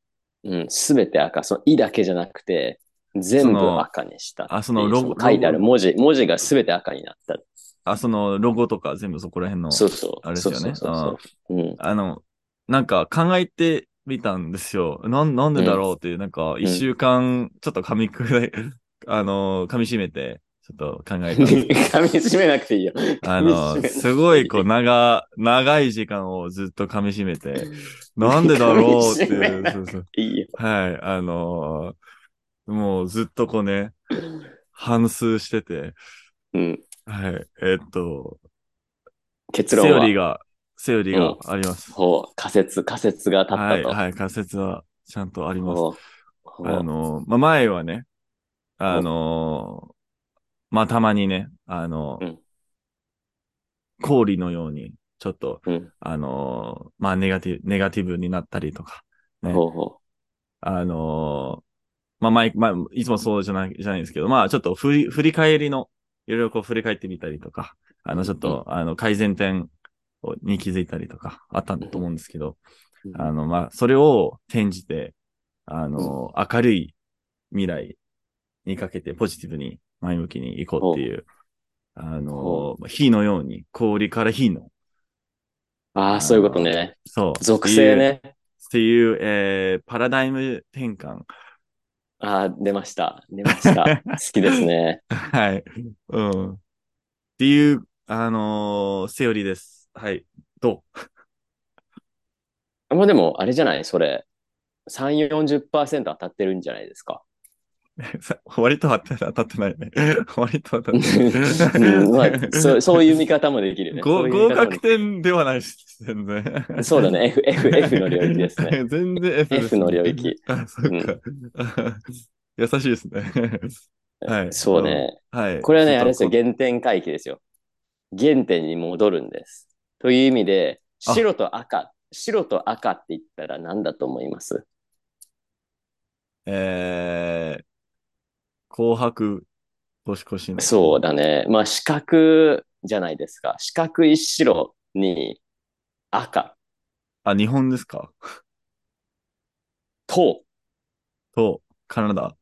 [SPEAKER 2] うん、すべて赤。その、いだけじゃなくて、全部
[SPEAKER 1] その
[SPEAKER 2] 赤にしたっていう。
[SPEAKER 1] あそのロゴ
[SPEAKER 2] 書いてある文字、文字がすべて赤になった。
[SPEAKER 1] あ、そのロゴとか全部そこら辺の、
[SPEAKER 2] そうそう。
[SPEAKER 1] あれですよね
[SPEAKER 2] そうそうそうそう。うん。
[SPEAKER 1] あの、なんか考えてみたんですよ。なんなんでだろうっていう、なんか一週間ちょっと噛み砕い、 [laughs] あの、噛み締めて、ちょっと考えたんですけど
[SPEAKER 2] [laughs] 噛み締めなくていいよ。
[SPEAKER 1] あ
[SPEAKER 2] 噛 [laughs] み締め
[SPEAKER 1] の、
[SPEAKER 2] なくて
[SPEAKER 1] すごい、こう、長、長い時間をずっと噛み締めて、なんでだろうって
[SPEAKER 2] 噛み締
[SPEAKER 1] い
[SPEAKER 2] め
[SPEAKER 1] う、
[SPEAKER 2] な
[SPEAKER 1] そうそう。
[SPEAKER 2] いいよ。
[SPEAKER 1] はい、あのーもうずっとこうね、反数してて、
[SPEAKER 2] うん。
[SPEAKER 1] はい、えっと、
[SPEAKER 2] 結
[SPEAKER 1] セ
[SPEAKER 2] 論
[SPEAKER 1] オリー
[SPEAKER 2] は、
[SPEAKER 1] が、セオリーがあります。
[SPEAKER 2] ほう、仮説、仮説が立ったと。
[SPEAKER 1] はい、はい、仮説はちゃんとあります。
[SPEAKER 2] ほうほう
[SPEAKER 1] あのーまあ、前はね、あのーまあ、たまにね、あのー
[SPEAKER 2] うん
[SPEAKER 1] 氷のように、ちょっと、
[SPEAKER 2] うん
[SPEAKER 1] あのーまあ、ネガティブ、ネガティブになったりとか、ね
[SPEAKER 2] ほうほ
[SPEAKER 1] あのーまあ、毎、まあ、いつもそうじゃない、じゃないんですけど、まあ、ちょっと振り、振り返りの、いろいろこう振り返ってみたりとか、あの、ちょっと、あの、改善点をに気づいたりとか、あったと思うんですけど、
[SPEAKER 2] う。
[SPEAKER 1] あの、まあ、それを転じて、あの、明るい未来にかけてポジティブに前向きに行こうっていう、あの
[SPEAKER 2] ほ、
[SPEAKER 1] 火のように、氷から火の、
[SPEAKER 2] ああ、そういうことね。
[SPEAKER 1] そう。
[SPEAKER 2] 属性
[SPEAKER 1] っ
[SPEAKER 2] ね。
[SPEAKER 1] ていう。っていう、えー、パラダイム転換。 [laughs]
[SPEAKER 2] ああ、出ました。出ました。好きですね。
[SPEAKER 1] はい。うん。っていう、あのーセオリーです。はい。ど
[SPEAKER 2] もうでも、あれじゃないそれ。3、40%当たってるんじゃないですか。
[SPEAKER 1] うさ [laughs] 割と当た当たってないね。 [laughs] 割と当たってない。
[SPEAKER 2] うんまあ、そうそういう見方もできるね。
[SPEAKER 1] ご
[SPEAKER 2] そういう見
[SPEAKER 1] 合
[SPEAKER 2] 方もでき
[SPEAKER 1] 格点ではないし、全然。
[SPEAKER 2] るそうだね。F、F、F の領域ですね。。
[SPEAKER 1] [laughs] 全然 F です
[SPEAKER 2] F の領域。
[SPEAKER 1] あ、そっか。 [laughs] 優しいですね。はい。
[SPEAKER 2] そうね。
[SPEAKER 1] はい。
[SPEAKER 2] これはね、あれですよ、
[SPEAKER 1] ちょっ
[SPEAKER 2] 原点回帰ですよ。原点に戻るんです。という意味で、
[SPEAKER 1] あ
[SPEAKER 2] 白と赤、白と赤って言ったら何だと思います
[SPEAKER 1] と。えー、紅白、腰腰の。
[SPEAKER 2] そうだね。まあ、四角じゃないですか。四角い白に赤、
[SPEAKER 1] あ、日本ですか
[SPEAKER 2] と、
[SPEAKER 1] と、カナダ。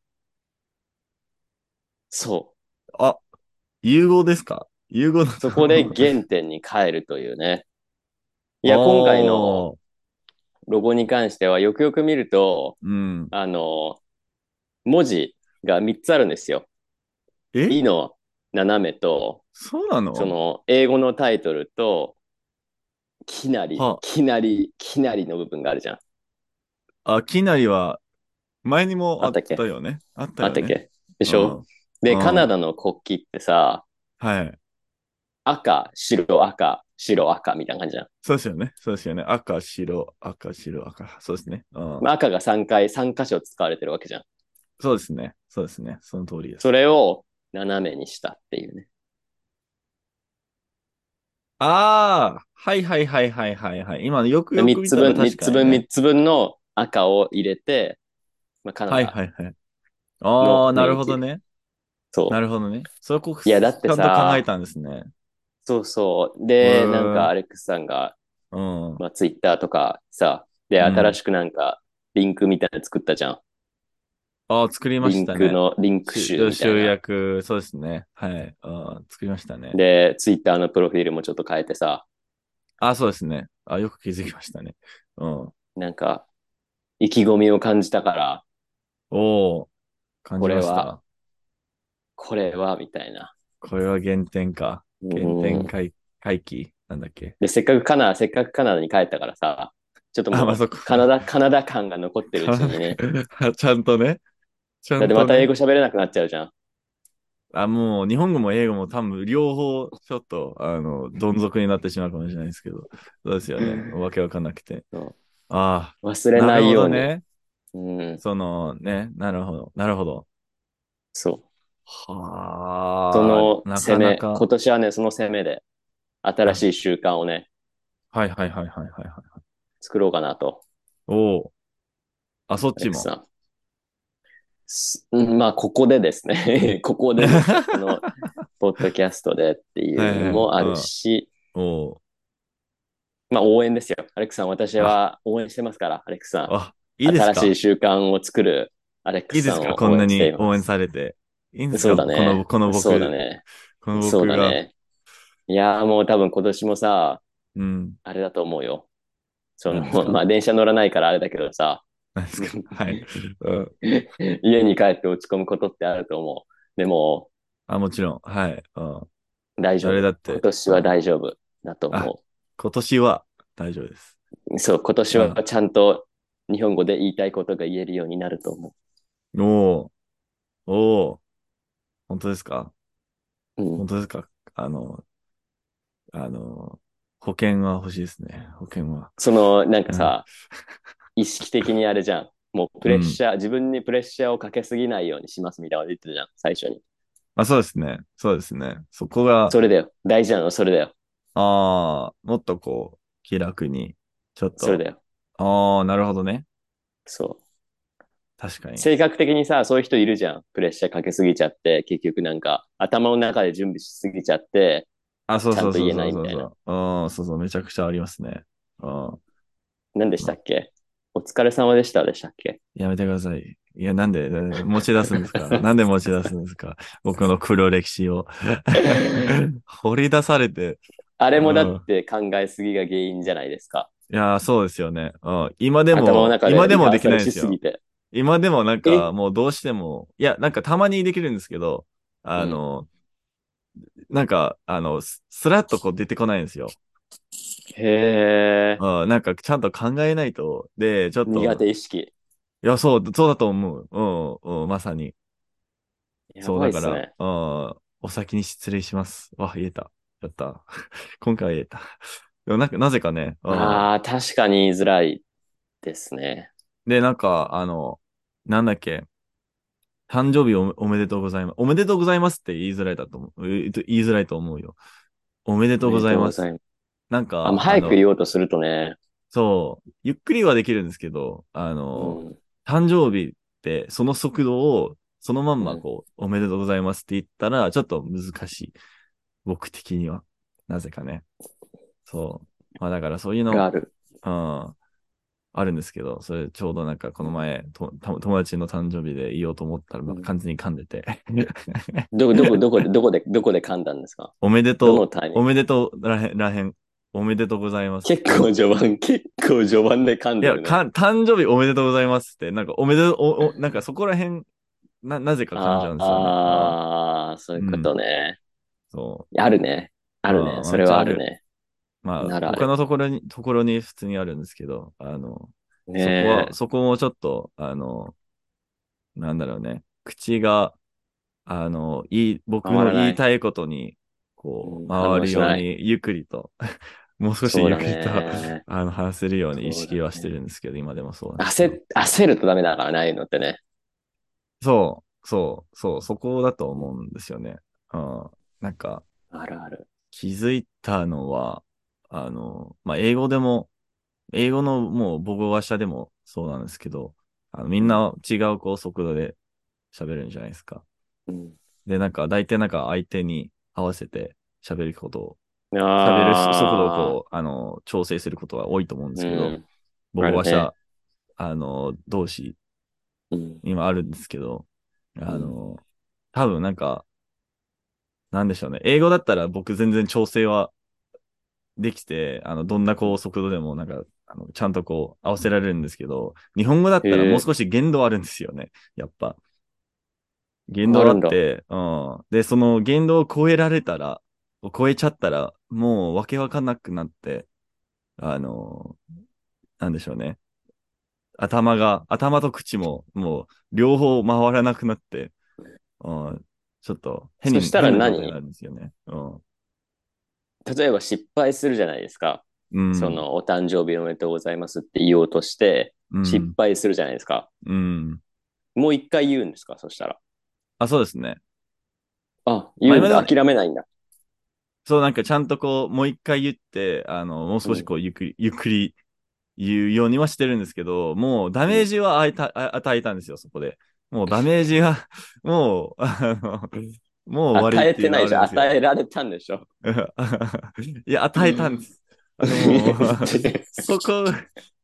[SPEAKER 2] そ
[SPEAKER 1] あ、融合ですか融合の
[SPEAKER 2] う。そこで原点に帰るとい
[SPEAKER 1] [laughs]
[SPEAKER 2] うね。いや、今回の、ロゴに関しては、よくよく見ると、
[SPEAKER 1] うん。
[SPEAKER 2] あの、文字が3つあるんですよ。
[SPEAKER 1] え
[SPEAKER 2] いの斜めと、
[SPEAKER 1] そうなの
[SPEAKER 2] その英語のタイトルと、きなり
[SPEAKER 1] はあ、
[SPEAKER 2] きなり、きなりの部分があるじゃん。
[SPEAKER 1] あ、きなりは、前にもあ
[SPEAKER 2] あ
[SPEAKER 1] っ
[SPEAKER 2] ったっけ
[SPEAKER 1] たよね。あった
[SPEAKER 2] あ
[SPEAKER 1] よね。
[SPEAKER 2] ったっけで
[SPEAKER 1] で
[SPEAKER 2] しょ、で、
[SPEAKER 1] うん
[SPEAKER 2] カナダの国旗ってさ、
[SPEAKER 1] はい。
[SPEAKER 2] 赤、白、赤、白、赤みたいな感じじゃん。
[SPEAKER 1] そうですよね。そうですよね。赤、白、赤、白、赤。そうですね。うん
[SPEAKER 2] まあ、赤が3回、3箇所使われてるわけじゃん。
[SPEAKER 1] そうですね。そうですね。その通りです。
[SPEAKER 2] それを斜めにしたっていうね。
[SPEAKER 1] ああはいはいはいはいはいはい。今、よくよく
[SPEAKER 2] 3
[SPEAKER 1] 見
[SPEAKER 2] つ
[SPEAKER 1] たら
[SPEAKER 2] 分、
[SPEAKER 1] 確かに、ね。
[SPEAKER 2] 三つ分、3つ分の赤を入れて、まあ、カナダ、
[SPEAKER 1] はいはいはい。ああ、
[SPEAKER 2] の
[SPEAKER 1] なるほどね。
[SPEAKER 2] そう。
[SPEAKER 1] なるほどね。そこ、
[SPEAKER 2] いやだってさ
[SPEAKER 1] ちゃんと考えたんですね。
[SPEAKER 2] そうそう。で、
[SPEAKER 1] うん
[SPEAKER 2] なんかアレックスさんが、
[SPEAKER 1] うん。
[SPEAKER 2] まあ、ツイッターとかさ、で、
[SPEAKER 1] うん
[SPEAKER 2] 新しくなんか、リンクみたいなの作ったじゃん。
[SPEAKER 1] ああ、作りま
[SPEAKER 2] リ
[SPEAKER 1] し
[SPEAKER 2] ン
[SPEAKER 1] たね。
[SPEAKER 2] クの、リンク集みたい
[SPEAKER 1] 集
[SPEAKER 2] な。
[SPEAKER 1] 約、そうですね。はい。うん作りましたね。
[SPEAKER 2] で、ツイッターのプロフィールもちょっと変えてさ、
[SPEAKER 1] あ、そうですね。あ、よく気づきましたね。うん。
[SPEAKER 2] なんか、意気込みを感じたから、
[SPEAKER 1] おお感じまし
[SPEAKER 2] これ
[SPEAKER 1] た
[SPEAKER 2] は。これは、みたいな。
[SPEAKER 1] これは原点か。原
[SPEAKER 2] う
[SPEAKER 1] 点
[SPEAKER 2] ん
[SPEAKER 1] 回回帰なんだっけ。
[SPEAKER 2] で、せっかくカナダ、せっかくカナダに帰ったからさ、ちょっと
[SPEAKER 1] あ、
[SPEAKER 2] も
[SPEAKER 1] まあ、
[SPEAKER 2] う、
[SPEAKER 1] そこ。
[SPEAKER 2] カナダ、カナダ感が残ってるう
[SPEAKER 1] [laughs]
[SPEAKER 2] ちにね。
[SPEAKER 1] ちゃんとね。ちゃん
[SPEAKER 2] だっ
[SPEAKER 1] と、
[SPEAKER 2] て
[SPEAKER 1] ね。
[SPEAKER 2] また英語喋れなくなっちゃうじゃん。
[SPEAKER 1] あ、もう日本語も英語も多分両方ちょっと、あの、どん底になってしまうかもしれないですけど。そうですよね。わけわかんなくて
[SPEAKER 2] そう。
[SPEAKER 1] あ
[SPEAKER 2] 忘
[SPEAKER 1] あ。
[SPEAKER 2] れないように。
[SPEAKER 1] なる
[SPEAKER 2] うん
[SPEAKER 1] ほどね。。そのね、なるほど。なるほど。
[SPEAKER 2] そう。
[SPEAKER 1] はあ。
[SPEAKER 2] その
[SPEAKER 1] な
[SPEAKER 2] 攻
[SPEAKER 1] か
[SPEAKER 2] め
[SPEAKER 1] なか
[SPEAKER 2] 今年はね、その攻めで新しい習慣をね、
[SPEAKER 1] はいはいはいはいはいはい。
[SPEAKER 2] 作ろうかなと。
[SPEAKER 1] おお。あ、そっ
[SPEAKER 2] ア
[SPEAKER 1] ち
[SPEAKER 2] レク
[SPEAKER 1] も。
[SPEAKER 2] さんすうんまあ、ここでですね、 [laughs] ここで、
[SPEAKER 1] [laughs]
[SPEAKER 2] この、ポッドキャストでっていうのもあるし、
[SPEAKER 1] おお
[SPEAKER 2] まあ、応援ですよ。アレックさん、私は応援してますから、アレックさ
[SPEAKER 1] ー。
[SPEAKER 2] ん。
[SPEAKER 1] あ、いいですか
[SPEAKER 2] 新しい習慣を作るアレック
[SPEAKER 1] いい
[SPEAKER 2] ス
[SPEAKER 1] で
[SPEAKER 2] さん
[SPEAKER 1] す
[SPEAKER 2] を
[SPEAKER 1] かこんな
[SPEAKER 2] してい
[SPEAKER 1] に
[SPEAKER 2] ます
[SPEAKER 1] 応援されて。いいんです
[SPEAKER 2] そ
[SPEAKER 1] か
[SPEAKER 2] うだね
[SPEAKER 1] このこの僕。
[SPEAKER 2] そうだね。
[SPEAKER 1] この僕が。
[SPEAKER 2] そうだね。いやーもう多分今年もさ、
[SPEAKER 1] うん。
[SPEAKER 2] あれだと思うよ。そ
[SPEAKER 1] 何です
[SPEAKER 2] の、
[SPEAKER 1] か
[SPEAKER 2] まあ電車乗らないからあれだけどさ、
[SPEAKER 1] 何ですか
[SPEAKER 2] [laughs]
[SPEAKER 1] はい、うん。
[SPEAKER 2] 家に帰って落ち込むことってあると思う。でも、
[SPEAKER 1] あ、もちろん。はい。うん、
[SPEAKER 2] 大丈
[SPEAKER 1] 誰
[SPEAKER 2] 夫。
[SPEAKER 1] だっ
[SPEAKER 2] 今
[SPEAKER 1] て、
[SPEAKER 2] 年は大丈夫だと思
[SPEAKER 1] 今年は大丈夫です。
[SPEAKER 2] う。そう、今年はちゃんと日本語で言いたいことが言えるようになると思
[SPEAKER 1] おおおー本当ですか
[SPEAKER 2] う。うん
[SPEAKER 1] 本当ですかあの、あの、保険は欲しいですね。保険は。
[SPEAKER 2] その、なんかさ、意識的にあれじゃん。もうプレッシャー、自分にプレッシャーをかけすぎないようにしますみたいなこと言ってたじゃん、最初に。
[SPEAKER 1] あ、そうですね。そうですね。そこが、
[SPEAKER 2] それだよ。大事なの、それだよ。
[SPEAKER 1] ああ、もっとこう、気楽に、ちょっと。
[SPEAKER 2] それだよ。
[SPEAKER 1] ああ、なるほどね。
[SPEAKER 2] そ
[SPEAKER 1] 確か
[SPEAKER 2] う。
[SPEAKER 1] に。
[SPEAKER 2] 性格的にさ、そういう人いるじゃん。プレッシャーかけすぎちゃって、結局なんか、頭の中で準備しすぎちゃって、
[SPEAKER 1] あ、そうそう
[SPEAKER 2] ちゃんと
[SPEAKER 1] そう
[SPEAKER 2] 言えな
[SPEAKER 1] そう
[SPEAKER 2] い
[SPEAKER 1] そう
[SPEAKER 2] みたいな
[SPEAKER 1] そう。うん、そうそう、めちゃくちゃありますね。うん。
[SPEAKER 2] 何でしたっけお疲れ様でしたでしたっ
[SPEAKER 1] [laughs]
[SPEAKER 2] け
[SPEAKER 1] やめてください。いや、なんで、なんで持ち出すんです
[SPEAKER 2] [laughs]
[SPEAKER 1] かなんで持ち出すんですか僕の黒歴史を。
[SPEAKER 2] [laughs]
[SPEAKER 1] 掘り出されて。
[SPEAKER 2] あれもだって考えすぎが原因じゃないですか。
[SPEAKER 1] いやー、そうですよね。うん、今で
[SPEAKER 2] 頭の
[SPEAKER 1] も、
[SPEAKER 2] 中で
[SPEAKER 1] 今でも
[SPEAKER 2] リ
[SPEAKER 1] で
[SPEAKER 2] ハ
[SPEAKER 1] きな
[SPEAKER 2] ーサル
[SPEAKER 1] いんです
[SPEAKER 2] しす
[SPEAKER 1] よ
[SPEAKER 2] ぎ。て。
[SPEAKER 1] 今でもなん
[SPEAKER 2] え
[SPEAKER 1] か、もうどうしても、いや、なんかたまにできるんですけど、あの、なんか、あの、すすらっとこう出てこないんですよ。
[SPEAKER 2] へえ。
[SPEAKER 1] うん、なんかちゃんと考えないと。で、ちょっと、
[SPEAKER 2] 苦手意識。
[SPEAKER 1] いや、そう、そうだと思う。うん、うん、まさに。
[SPEAKER 2] や
[SPEAKER 1] そう、
[SPEAKER 2] ばい
[SPEAKER 1] だ
[SPEAKER 2] っ
[SPEAKER 1] か
[SPEAKER 2] すね
[SPEAKER 1] ら。、うん、お先に失礼します。わ、言えた。やった。 [laughs] 今回は言えた。でもなんか、なぜかね、うん
[SPEAKER 2] ああ、確かに言いづらいですね。
[SPEAKER 1] で、なんか、あの、なんだっけ、誕生日おめおめでとうございます。おめでとうございますって言いづらいだと思う。え言いづらいと思うよ。おめでとうございます。
[SPEAKER 2] ありがとうございます。
[SPEAKER 1] なんか、
[SPEAKER 2] あもう早く
[SPEAKER 1] あの
[SPEAKER 2] 言おうとするとね。
[SPEAKER 1] そう、ゆっくりはできるんですけど、あの、
[SPEAKER 2] うん
[SPEAKER 1] 誕生日って、その速度を、そのまんまこう、おめでとうございますって言ったら、ちょっと難しい。僕的には。なぜかね。そう。まあだからそういうの、
[SPEAKER 2] がある。
[SPEAKER 1] うん、あるんですけど、それちょうどなんかこの前、とた友達の誕生日で言おうと思ったら、
[SPEAKER 2] うん
[SPEAKER 1] 完全に噛んでて、
[SPEAKER 2] どこ、どこ、どこで、どこで、どこで噛んだんですか
[SPEAKER 1] [laughs] おめで
[SPEAKER 2] ど
[SPEAKER 1] と
[SPEAKER 2] の
[SPEAKER 1] う、
[SPEAKER 2] タイミング
[SPEAKER 1] おめでとうらへん、らへん、おめでとうございます。
[SPEAKER 2] 結構序盤、 [laughs] 結構序盤で噛ん
[SPEAKER 1] い
[SPEAKER 2] で
[SPEAKER 1] や、
[SPEAKER 2] るね。
[SPEAKER 1] か誕生日おめでとうございますって、なんかおめでとう、おおなんかそこらへん、な、なぜか噛んじゃうんですよね。うん
[SPEAKER 2] ああー、そういうことね。
[SPEAKER 1] そう。
[SPEAKER 2] あるね。ある
[SPEAKER 1] あ
[SPEAKER 2] ね
[SPEAKER 1] ー。
[SPEAKER 2] それはあるね。
[SPEAKER 1] ま
[SPEAKER 2] な
[SPEAKER 1] あ、
[SPEAKER 2] らあれ
[SPEAKER 1] 他のところに、ところに普通にあるんですけど、あの、そこ
[SPEAKER 2] ね
[SPEAKER 1] は、そこもちょっと、あの、なんだろうね、口が、あの、いい、僕
[SPEAKER 2] 回ら
[SPEAKER 1] の
[SPEAKER 2] ない
[SPEAKER 1] 言いたいことに、こ
[SPEAKER 2] う
[SPEAKER 1] う、
[SPEAKER 2] ん
[SPEAKER 1] 回るよ
[SPEAKER 2] 反
[SPEAKER 1] う
[SPEAKER 2] 応し
[SPEAKER 1] に、ゆっくりと、 [laughs] もう少し
[SPEAKER 2] そ
[SPEAKER 1] ゆ
[SPEAKER 2] う
[SPEAKER 1] っ
[SPEAKER 2] だ
[SPEAKER 1] くりと、
[SPEAKER 2] ね。
[SPEAKER 1] あの、話せるように意
[SPEAKER 2] そう
[SPEAKER 1] 識
[SPEAKER 2] だね
[SPEAKER 1] はしてるんですけど、今でもそうなんですよ
[SPEAKER 2] 焦、焦るとダメだからな、ああいうのってね。
[SPEAKER 1] そう、そう、そう、そこだと思うんですよね。うん。なんか、
[SPEAKER 2] あるある。
[SPEAKER 1] 気づいたのは、あの、まあ、英語でも、英語のもう母語話者でもそうなんですけど、あのみんな違うこう速度で喋るんじゃないですか。
[SPEAKER 2] うん
[SPEAKER 1] で、なんか大体なんか相手に合わせて喋ることを、喋る
[SPEAKER 2] あー
[SPEAKER 1] 速度をこう、あの、調整することが多いと思うんですけど、
[SPEAKER 2] うん
[SPEAKER 1] 母語話者、
[SPEAKER 2] ある
[SPEAKER 1] あの、同士
[SPEAKER 2] うん
[SPEAKER 1] 今あるんですけど、あの、多分なんか、なんでしょうね。英語だったら僕全然調整はできて、あの、どんなこう速度でもなんか、あのちゃんとこう合わせられるんですけど、日本語だったら
[SPEAKER 2] へえ
[SPEAKER 1] もう少し限度あるんですよね。やっぱ。限度あ
[SPEAKER 2] あ
[SPEAKER 1] って、うん。で、その限度を超えられたら、超えちゃったら、もうわけわかんなくなって、あの、なんでしょうね。頭が、頭と口も、もう、両方回らなくなって、うん、ちょっと変に
[SPEAKER 2] そしたら
[SPEAKER 1] 変
[SPEAKER 2] 何
[SPEAKER 1] な状態になるんですよね。うん
[SPEAKER 2] 例えば失敗するじゃないですか。
[SPEAKER 1] うん。
[SPEAKER 2] その、お誕生日おめでとうございますって言おうとして、
[SPEAKER 1] うん、
[SPEAKER 2] 失敗するじゃないですか。
[SPEAKER 1] うん。
[SPEAKER 2] もう一回言うんですか、そしたら。
[SPEAKER 1] あ、そうですね。
[SPEAKER 2] あ、言うん
[SPEAKER 1] まあ
[SPEAKER 2] だ。
[SPEAKER 1] 今で
[SPEAKER 2] 諦めないんだ。
[SPEAKER 1] そう、なんかちゃんとこう、もう一回言って、あの、もう少しこう、ゆっくり、ゆっくり言うようにはしてるんですけど、もうダメージは与えた、あ与えたんですよ、そこで。もうダメージは、 [laughs] もう、あの、もう終わ
[SPEAKER 2] 与
[SPEAKER 1] り
[SPEAKER 2] え
[SPEAKER 1] ってい
[SPEAKER 2] て
[SPEAKER 1] うの
[SPEAKER 2] な
[SPEAKER 1] はい
[SPEAKER 2] じゃん。
[SPEAKER 1] あるん
[SPEAKER 2] 与えられたんでしょ。
[SPEAKER 1] です [laughs] よ。いや、与えたんです。あ
[SPEAKER 2] [laughs]
[SPEAKER 1] のそこ、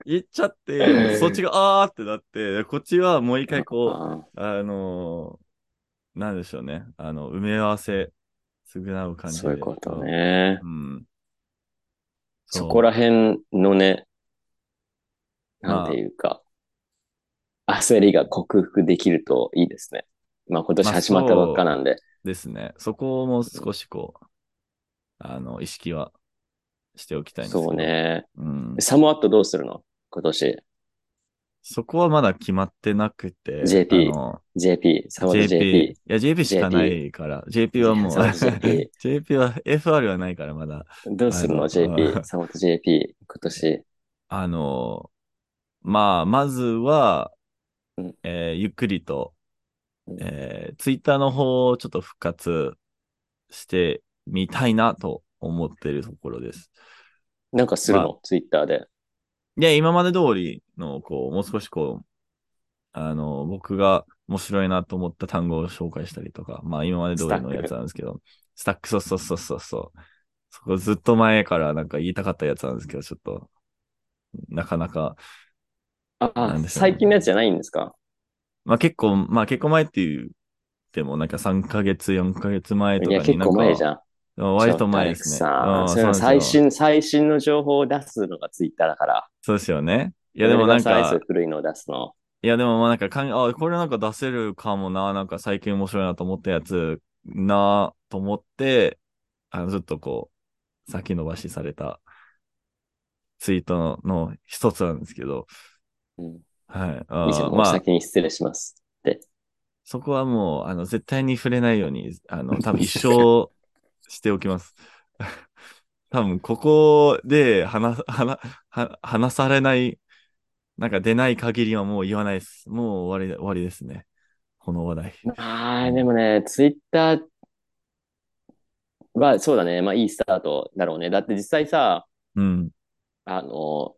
[SPEAKER 1] 行っちゃって、そっちが、あーってなって、こっちはもう一回こう、
[SPEAKER 2] あ
[SPEAKER 1] あのーなんでしょうね。あの、埋め合わせ、償う
[SPEAKER 2] ー
[SPEAKER 1] 感じで。
[SPEAKER 2] そういうこと。ね。
[SPEAKER 1] うん。
[SPEAKER 2] そこら辺のね、なんていうか、焦りが克服できるといいですね。まあ今年
[SPEAKER 1] まあ
[SPEAKER 2] 始まったばっかなんで。
[SPEAKER 1] ですね。そこをもう少しこう、あの、意識はしておきたいんですけど
[SPEAKER 2] そう。ね。
[SPEAKER 1] うん。
[SPEAKER 2] サムアットどうするの今年。
[SPEAKER 1] そこはまだ決まってなくて。
[SPEAKER 2] JP
[SPEAKER 1] あの
[SPEAKER 2] JP、サムアット
[SPEAKER 1] JP。い
[SPEAKER 2] JP。
[SPEAKER 1] や、JP しかないから。JP はもう、
[SPEAKER 2] そう
[SPEAKER 1] [laughs]
[SPEAKER 2] JP
[SPEAKER 1] JP は FR はないからまだ。
[SPEAKER 2] どうする
[SPEAKER 1] あ
[SPEAKER 2] の
[SPEAKER 1] の [laughs]
[SPEAKER 2] ?JP、サムアット JP。今年。
[SPEAKER 1] あの、まあ、まずは
[SPEAKER 2] うん、
[SPEAKER 1] えーゆっくりと
[SPEAKER 2] うん、
[SPEAKER 1] えツイッター Twitter の方をちょっと復活してみたいなと思ってるところです。
[SPEAKER 2] なんかする
[SPEAKER 1] ま
[SPEAKER 2] のツイッターで。
[SPEAKER 1] で、今まで通りの、こう、もう少しこう、あの、僕が面白いなと思った単語を紹介したりとか、まあ今まで通りのやつなんですけど、スタック、そうそうそうそうそう。そこずっと前からなんか言いたかったやつなんですけど、ちょっと、なかなか、
[SPEAKER 2] あ、
[SPEAKER 1] なんでしょ
[SPEAKER 2] あ
[SPEAKER 1] うね
[SPEAKER 2] 最近のやつじゃないんですか
[SPEAKER 1] まあ結構、まあ結構前っていう、でもなんか3ヶ月、4ヶ月前と
[SPEAKER 2] い
[SPEAKER 1] かに
[SPEAKER 2] や、結構前じ
[SPEAKER 1] ん。
[SPEAKER 2] ゃん。
[SPEAKER 1] 割と前ですね。
[SPEAKER 2] ちょっとア
[SPEAKER 1] う
[SPEAKER 2] レック
[SPEAKER 1] ん
[SPEAKER 2] さんそう
[SPEAKER 1] そ
[SPEAKER 2] いうの
[SPEAKER 1] うなん
[SPEAKER 2] 最
[SPEAKER 1] ですよ
[SPEAKER 2] 新、最新の情報を出すのがツイッターだから。
[SPEAKER 1] そうですよね。いやでもなん
[SPEAKER 2] 俺が
[SPEAKER 1] か
[SPEAKER 2] 最、初古いのを出すの。
[SPEAKER 1] いや、でもまあなんかかん、あ、これなんか出せるかもな、なんか最近面白いなと思ったやつ、な、と思って、あの、ちょっとこう、先延ばしされたツイートのの一つなんですけど、
[SPEAKER 2] うん
[SPEAKER 1] はい。あー
[SPEAKER 2] 以上、
[SPEAKER 1] ま
[SPEAKER 2] お
[SPEAKER 1] あ、
[SPEAKER 2] 先に失礼します。
[SPEAKER 1] そこはもう、あの、絶対に触れないように、あの、多分一生しておきます。 [laughs] 多分、ここで話、話、は話されない、なんか出ない限りはもう言わないです。もう終わりだ、終わりですね。この話題。
[SPEAKER 2] ああ、でもね、ツイッターは、そうだね、まあいいスタートだろうね。だって実際さ、
[SPEAKER 1] うん。
[SPEAKER 2] あの、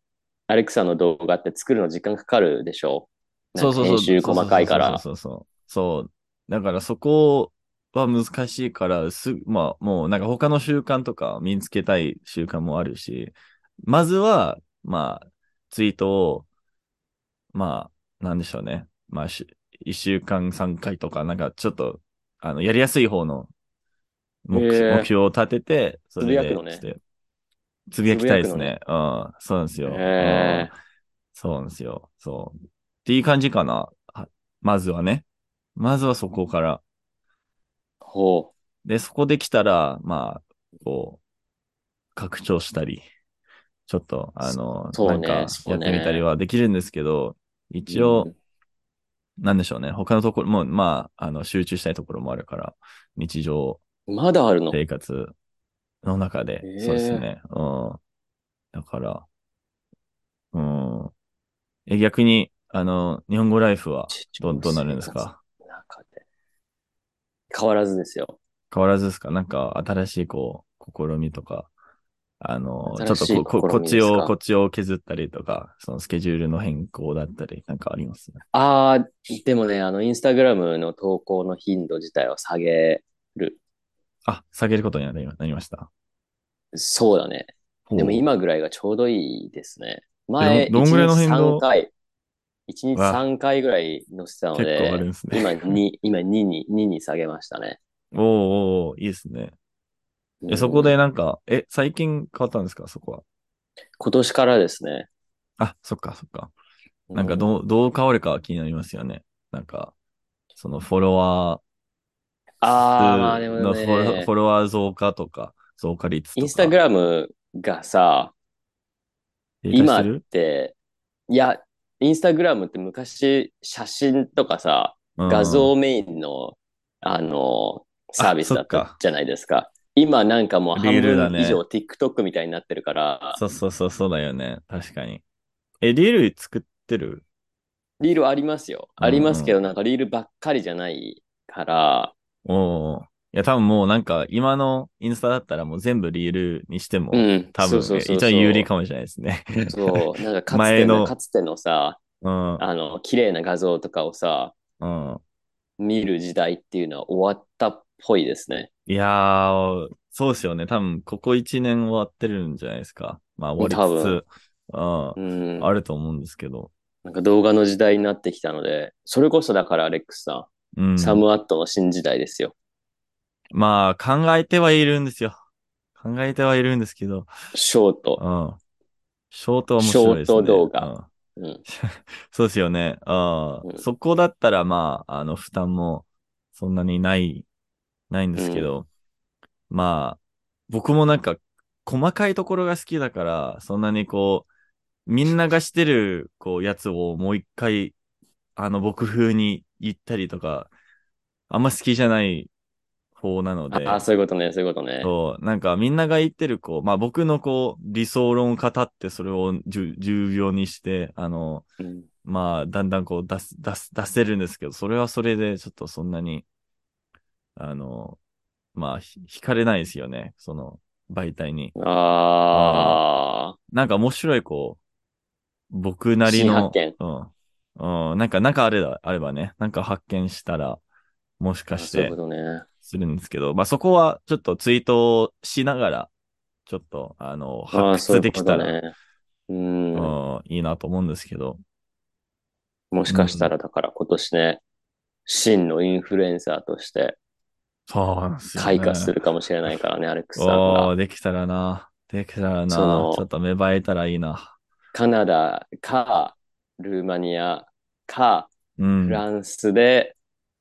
[SPEAKER 2] アレクサの動画って作るの時間かかるでしょ
[SPEAKER 1] そうそうそう。
[SPEAKER 2] なんか編集細かいから。
[SPEAKER 1] そうそうそうそう。そう。だからそこは難しいから、すぐ、まあもうなんか他の習慣とか身につけたい習慣もあるし、まずは、まあ、ツイートを、まあ、なんでしょうね。まあ、し一週間3回とか、なんかちょっと、あの、やりやすい方の目,、
[SPEAKER 2] へー
[SPEAKER 1] 目標を立てて、それ
[SPEAKER 2] つぶやく
[SPEAKER 1] で
[SPEAKER 2] のね
[SPEAKER 1] して、つぶやきたいですね。
[SPEAKER 2] つ
[SPEAKER 1] うん、そうなんですよ。
[SPEAKER 2] へー
[SPEAKER 1] うんそうなんですよ。そう。っていう感じかな。はまずはね。まずはそこから。
[SPEAKER 2] ほ
[SPEAKER 1] で、そこできたら、まあ、こう、拡張したり、ちょっと、あの、
[SPEAKER 2] そう
[SPEAKER 1] な
[SPEAKER 2] ね
[SPEAKER 1] んかやっ
[SPEAKER 2] そうね
[SPEAKER 1] てみたりはできるんですけど、
[SPEAKER 2] う。
[SPEAKER 1] 一応、なんでしょうね。他のところも、まあ、あの、集中したいところもあるから、日常
[SPEAKER 2] うんまだあるの。
[SPEAKER 1] 生活の中で、
[SPEAKER 2] へえ
[SPEAKER 1] そうですね。うん。だから、うん。え、逆に、あの、日本語ライフはどう、どうなるんですか
[SPEAKER 2] 中で変わらずですよ。
[SPEAKER 1] 変わらずですかなんか、新しい、こう、試みとか、あの、ちょっと
[SPEAKER 2] 新しい
[SPEAKER 1] こ、こ、
[SPEAKER 2] 試み
[SPEAKER 1] こっち
[SPEAKER 2] です
[SPEAKER 1] を、
[SPEAKER 2] か
[SPEAKER 1] こっちを削ったりとか、そのスケジュールの変更だったり、なんかあります
[SPEAKER 2] ああ、でもね、あの、インスタグラムの投稿の頻度自体を下げ、
[SPEAKER 1] あ、下げることになりなりました。
[SPEAKER 2] そうだね。で
[SPEAKER 1] ほ
[SPEAKER 2] も
[SPEAKER 1] う
[SPEAKER 2] 今ぐらいがちょうどいいですね。前、
[SPEAKER 1] どんぐらいの頻度
[SPEAKER 2] 1日3回、1日
[SPEAKER 1] わ
[SPEAKER 2] 3回ぐらい載せてたの
[SPEAKER 1] 結構あるん
[SPEAKER 2] で、
[SPEAKER 1] ですね。
[SPEAKER 2] 今2、今2に、2に下げましたね。
[SPEAKER 1] おーおーおーいいですね。
[SPEAKER 2] う
[SPEAKER 1] え、
[SPEAKER 2] ん
[SPEAKER 1] そこでなんか、え、最近変わったんですかそこは。
[SPEAKER 2] 今年からですね。
[SPEAKER 1] あ、そっか、そっか。なんか
[SPEAKER 2] う
[SPEAKER 1] どう、どう変わるかは気になりますよね。なんか、そのフォロワー
[SPEAKER 2] ああ、まあでも
[SPEAKER 1] のフォロ、
[SPEAKER 2] ね
[SPEAKER 1] フォ、ロワー増加とか、増加率とか。
[SPEAKER 2] インスタグラムがさ、
[SPEAKER 1] え
[SPEAKER 2] 今
[SPEAKER 1] 出して
[SPEAKER 2] っ
[SPEAKER 1] る
[SPEAKER 2] て、いや、インスタグラムって昔写真とかさ、画像メインの、あの、サービス
[SPEAKER 1] あそ
[SPEAKER 2] だっ
[SPEAKER 1] ったか
[SPEAKER 2] じゃないですか。今なんかもう半
[SPEAKER 1] リールだ
[SPEAKER 2] 分
[SPEAKER 1] ね
[SPEAKER 2] 以上 TikTok みたいになってるから、
[SPEAKER 1] そうそうそう、そうだよね。確かに。え、リール作ってる
[SPEAKER 2] リールありますよ。
[SPEAKER 1] うんうん
[SPEAKER 2] ありますけど、なんかリールばっかりじゃないから、
[SPEAKER 1] おーいや、多分もうなんか、今のインスタだったらもう全部リールにしても、
[SPEAKER 2] うん。
[SPEAKER 1] 多分、
[SPEAKER 2] そうそうそうそう
[SPEAKER 1] 一応有利かもしれないですね。 [laughs]
[SPEAKER 2] そう。なんかかつ
[SPEAKER 1] 前
[SPEAKER 2] て
[SPEAKER 1] の
[SPEAKER 2] の、かつてのさ、
[SPEAKER 1] うん。
[SPEAKER 2] あの、綺麗な画像とかをさ、
[SPEAKER 1] うん。
[SPEAKER 2] 見る時代っていうのは終わったっぽいですね。
[SPEAKER 1] いやー、そうですよね。多分、ここ1年終わってるんじゃないですか。まあ、終わりつつ、うん、
[SPEAKER 2] うん。
[SPEAKER 1] あると思うんですけど。
[SPEAKER 2] なんか動画の時代になってきたので、それこそだからアレックスさ
[SPEAKER 1] うん
[SPEAKER 2] ん、。サムアットの新時代ですよ。
[SPEAKER 1] まあ、考えてはいるんですよ。考えてはいるんですけど、
[SPEAKER 2] ショー
[SPEAKER 1] う
[SPEAKER 2] ト。
[SPEAKER 1] ん。ショートは面白いですね。
[SPEAKER 2] ショート動画
[SPEAKER 1] うん
[SPEAKER 2] うん。
[SPEAKER 1] [laughs] そうですよね。ああ、
[SPEAKER 2] うん
[SPEAKER 1] そこだったら、まあ、あの、負担もそんなにない、ないんですけど、まあ、僕もなんか、細かいところが好きだから、そんなにこう、みんながしてる、こう、やつをもう一回、あの、僕風に言ったりとか、あんま好きじゃない方なので、
[SPEAKER 2] ああ、そういうことね、そういうことね。
[SPEAKER 1] そう、なんかみんなが言ってる、こう、まあ僕のこう、理想論語って、それを重重要にして、あの、
[SPEAKER 2] うん
[SPEAKER 1] まあ、だんだんこう出す、出す、出せるんですけど、それはそれでちょっとそんなに、あの、まあ、ひ惹かれないですよね。その媒体に。
[SPEAKER 2] ああ、
[SPEAKER 1] なんか面白い、こう、僕なり
[SPEAKER 2] 新
[SPEAKER 1] の
[SPEAKER 2] 発、見
[SPEAKER 1] うん。うん、なんか、なんかあれだ、あればね、なんか発見したら、もしかし
[SPEAKER 2] そういう
[SPEAKER 1] て
[SPEAKER 2] ことね。
[SPEAKER 1] するんですけど、まあそこはちょっとツイートをしながら、ちょっと、あの、
[SPEAKER 2] ああ、
[SPEAKER 1] 発
[SPEAKER 2] そう
[SPEAKER 1] 掘
[SPEAKER 2] いう
[SPEAKER 1] で
[SPEAKER 2] こ
[SPEAKER 1] き
[SPEAKER 2] と
[SPEAKER 1] たら、
[SPEAKER 2] ね。うん。
[SPEAKER 1] うん、いいなと思うんですけど、
[SPEAKER 2] もしかしたら、だから今年ね、真のインフルエンサーとして
[SPEAKER 1] そうなんですよ、ね。
[SPEAKER 2] 開花するかもしれないからね、アレックスさん
[SPEAKER 1] お
[SPEAKER 2] が。
[SPEAKER 1] ー、できたらな。できたらな。ち
[SPEAKER 2] その
[SPEAKER 1] ょっと芽生えたらいいな。
[SPEAKER 2] カナダか、ルーマニアか、
[SPEAKER 1] うん。
[SPEAKER 2] フランスで、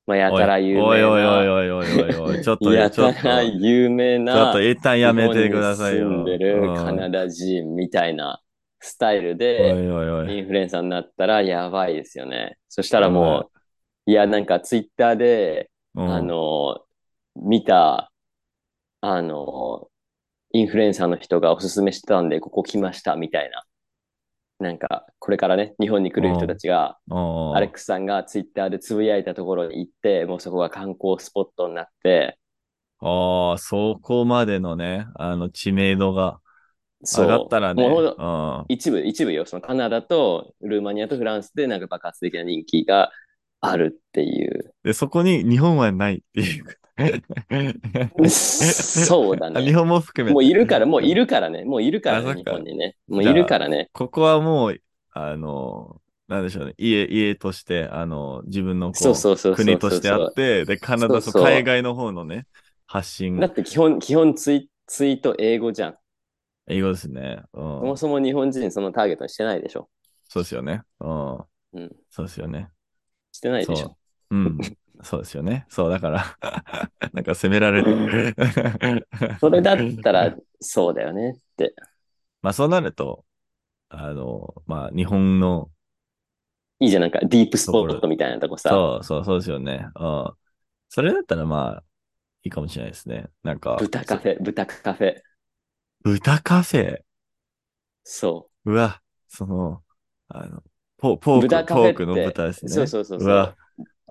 [SPEAKER 2] まあ、やたら有名な。
[SPEAKER 1] おいおいおいおいおいおいおい。ちょっと、
[SPEAKER 2] や
[SPEAKER 1] ちょ
[SPEAKER 2] た
[SPEAKER 1] っと、ち
[SPEAKER 2] ら有名
[SPEAKER 1] ょっ
[SPEAKER 2] な、
[SPEAKER 1] と一旦やめてください
[SPEAKER 2] 日
[SPEAKER 1] よ。
[SPEAKER 2] 本に住んでる
[SPEAKER 1] うん
[SPEAKER 2] カナダ人みたいなスタイ
[SPEAKER 1] お
[SPEAKER 2] ル
[SPEAKER 1] い
[SPEAKER 2] で、
[SPEAKER 1] おいお
[SPEAKER 2] イ
[SPEAKER 1] い。
[SPEAKER 2] ンフルエンサーになったらやばいですよね。そしたらもう、いや、なんかツイッターで、
[SPEAKER 1] うん
[SPEAKER 2] あの、見た、あの、インフルエンサーの人がおすすめしてたんで、ここ来ました、みたいな。なんか、これからね、日本に来る人たちが、
[SPEAKER 1] おー
[SPEAKER 2] アレックスさんがツイッターでつぶやいたところに行って、もうそこが観光スポットになって、
[SPEAKER 1] ああ、そこまでのね、あの、知名度が
[SPEAKER 2] そう
[SPEAKER 1] 上がったらね。
[SPEAKER 2] もうほんと
[SPEAKER 1] う
[SPEAKER 2] 一部、一部よ、そのカナダとルーマニアとフランスでなんか爆発的な人気があるっていう。
[SPEAKER 1] ん。で、そこに日本はないっていう。
[SPEAKER 2] そうだ
[SPEAKER 1] あ日
[SPEAKER 2] ね。
[SPEAKER 1] 本も含めて。
[SPEAKER 2] もういるから、もういるからね。もういるから
[SPEAKER 1] あそ
[SPEAKER 2] ね、
[SPEAKER 1] っ
[SPEAKER 2] 日
[SPEAKER 1] か
[SPEAKER 2] 本にね。もういるからね。
[SPEAKER 1] ここはもう、あの、なんでしょうね。家、家として、あの、自分のこう
[SPEAKER 2] そうそうそうそうそう。
[SPEAKER 1] 国としてあって、で、カナダと
[SPEAKER 2] そうそう
[SPEAKER 1] 海外の方のね、発信
[SPEAKER 2] だ、って基本、基本ツイツイート英語じゃん。
[SPEAKER 1] 英語ですね。う
[SPEAKER 2] そも
[SPEAKER 1] ん。
[SPEAKER 2] そも日本人そのターゲットにしてないでしょ。
[SPEAKER 1] そうですよね。うん。
[SPEAKER 2] うん。
[SPEAKER 1] そうですよね。
[SPEAKER 2] してないでし
[SPEAKER 1] そ
[SPEAKER 2] ょ。
[SPEAKER 1] う。
[SPEAKER 2] [laughs]
[SPEAKER 1] うん。そうですよね。そう、だから、 [laughs] なんか責められ
[SPEAKER 2] [laughs]
[SPEAKER 1] る。
[SPEAKER 2] それだったら、そうだよねって。
[SPEAKER 1] まあ、そうなると、あの、まあ、日本の、
[SPEAKER 2] いいじゃん、なんかディープスポットみたいなとこさ、
[SPEAKER 1] そう、そう、そうですよね。うん。それだったら、まあ、いいかもしれないですね。なんか、
[SPEAKER 2] 豚カフェ、豚カフェ。
[SPEAKER 1] 豚カフェ。
[SPEAKER 2] そう
[SPEAKER 1] わ、その、あの、ポポー
[SPEAKER 2] 豚
[SPEAKER 1] ク、
[SPEAKER 2] カ
[SPEAKER 1] ポ
[SPEAKER 2] フェ
[SPEAKER 1] ー
[SPEAKER 2] って
[SPEAKER 1] クの豚です
[SPEAKER 2] う。
[SPEAKER 1] ね。
[SPEAKER 2] そうそうそうそう
[SPEAKER 1] わ
[SPEAKER 2] う。、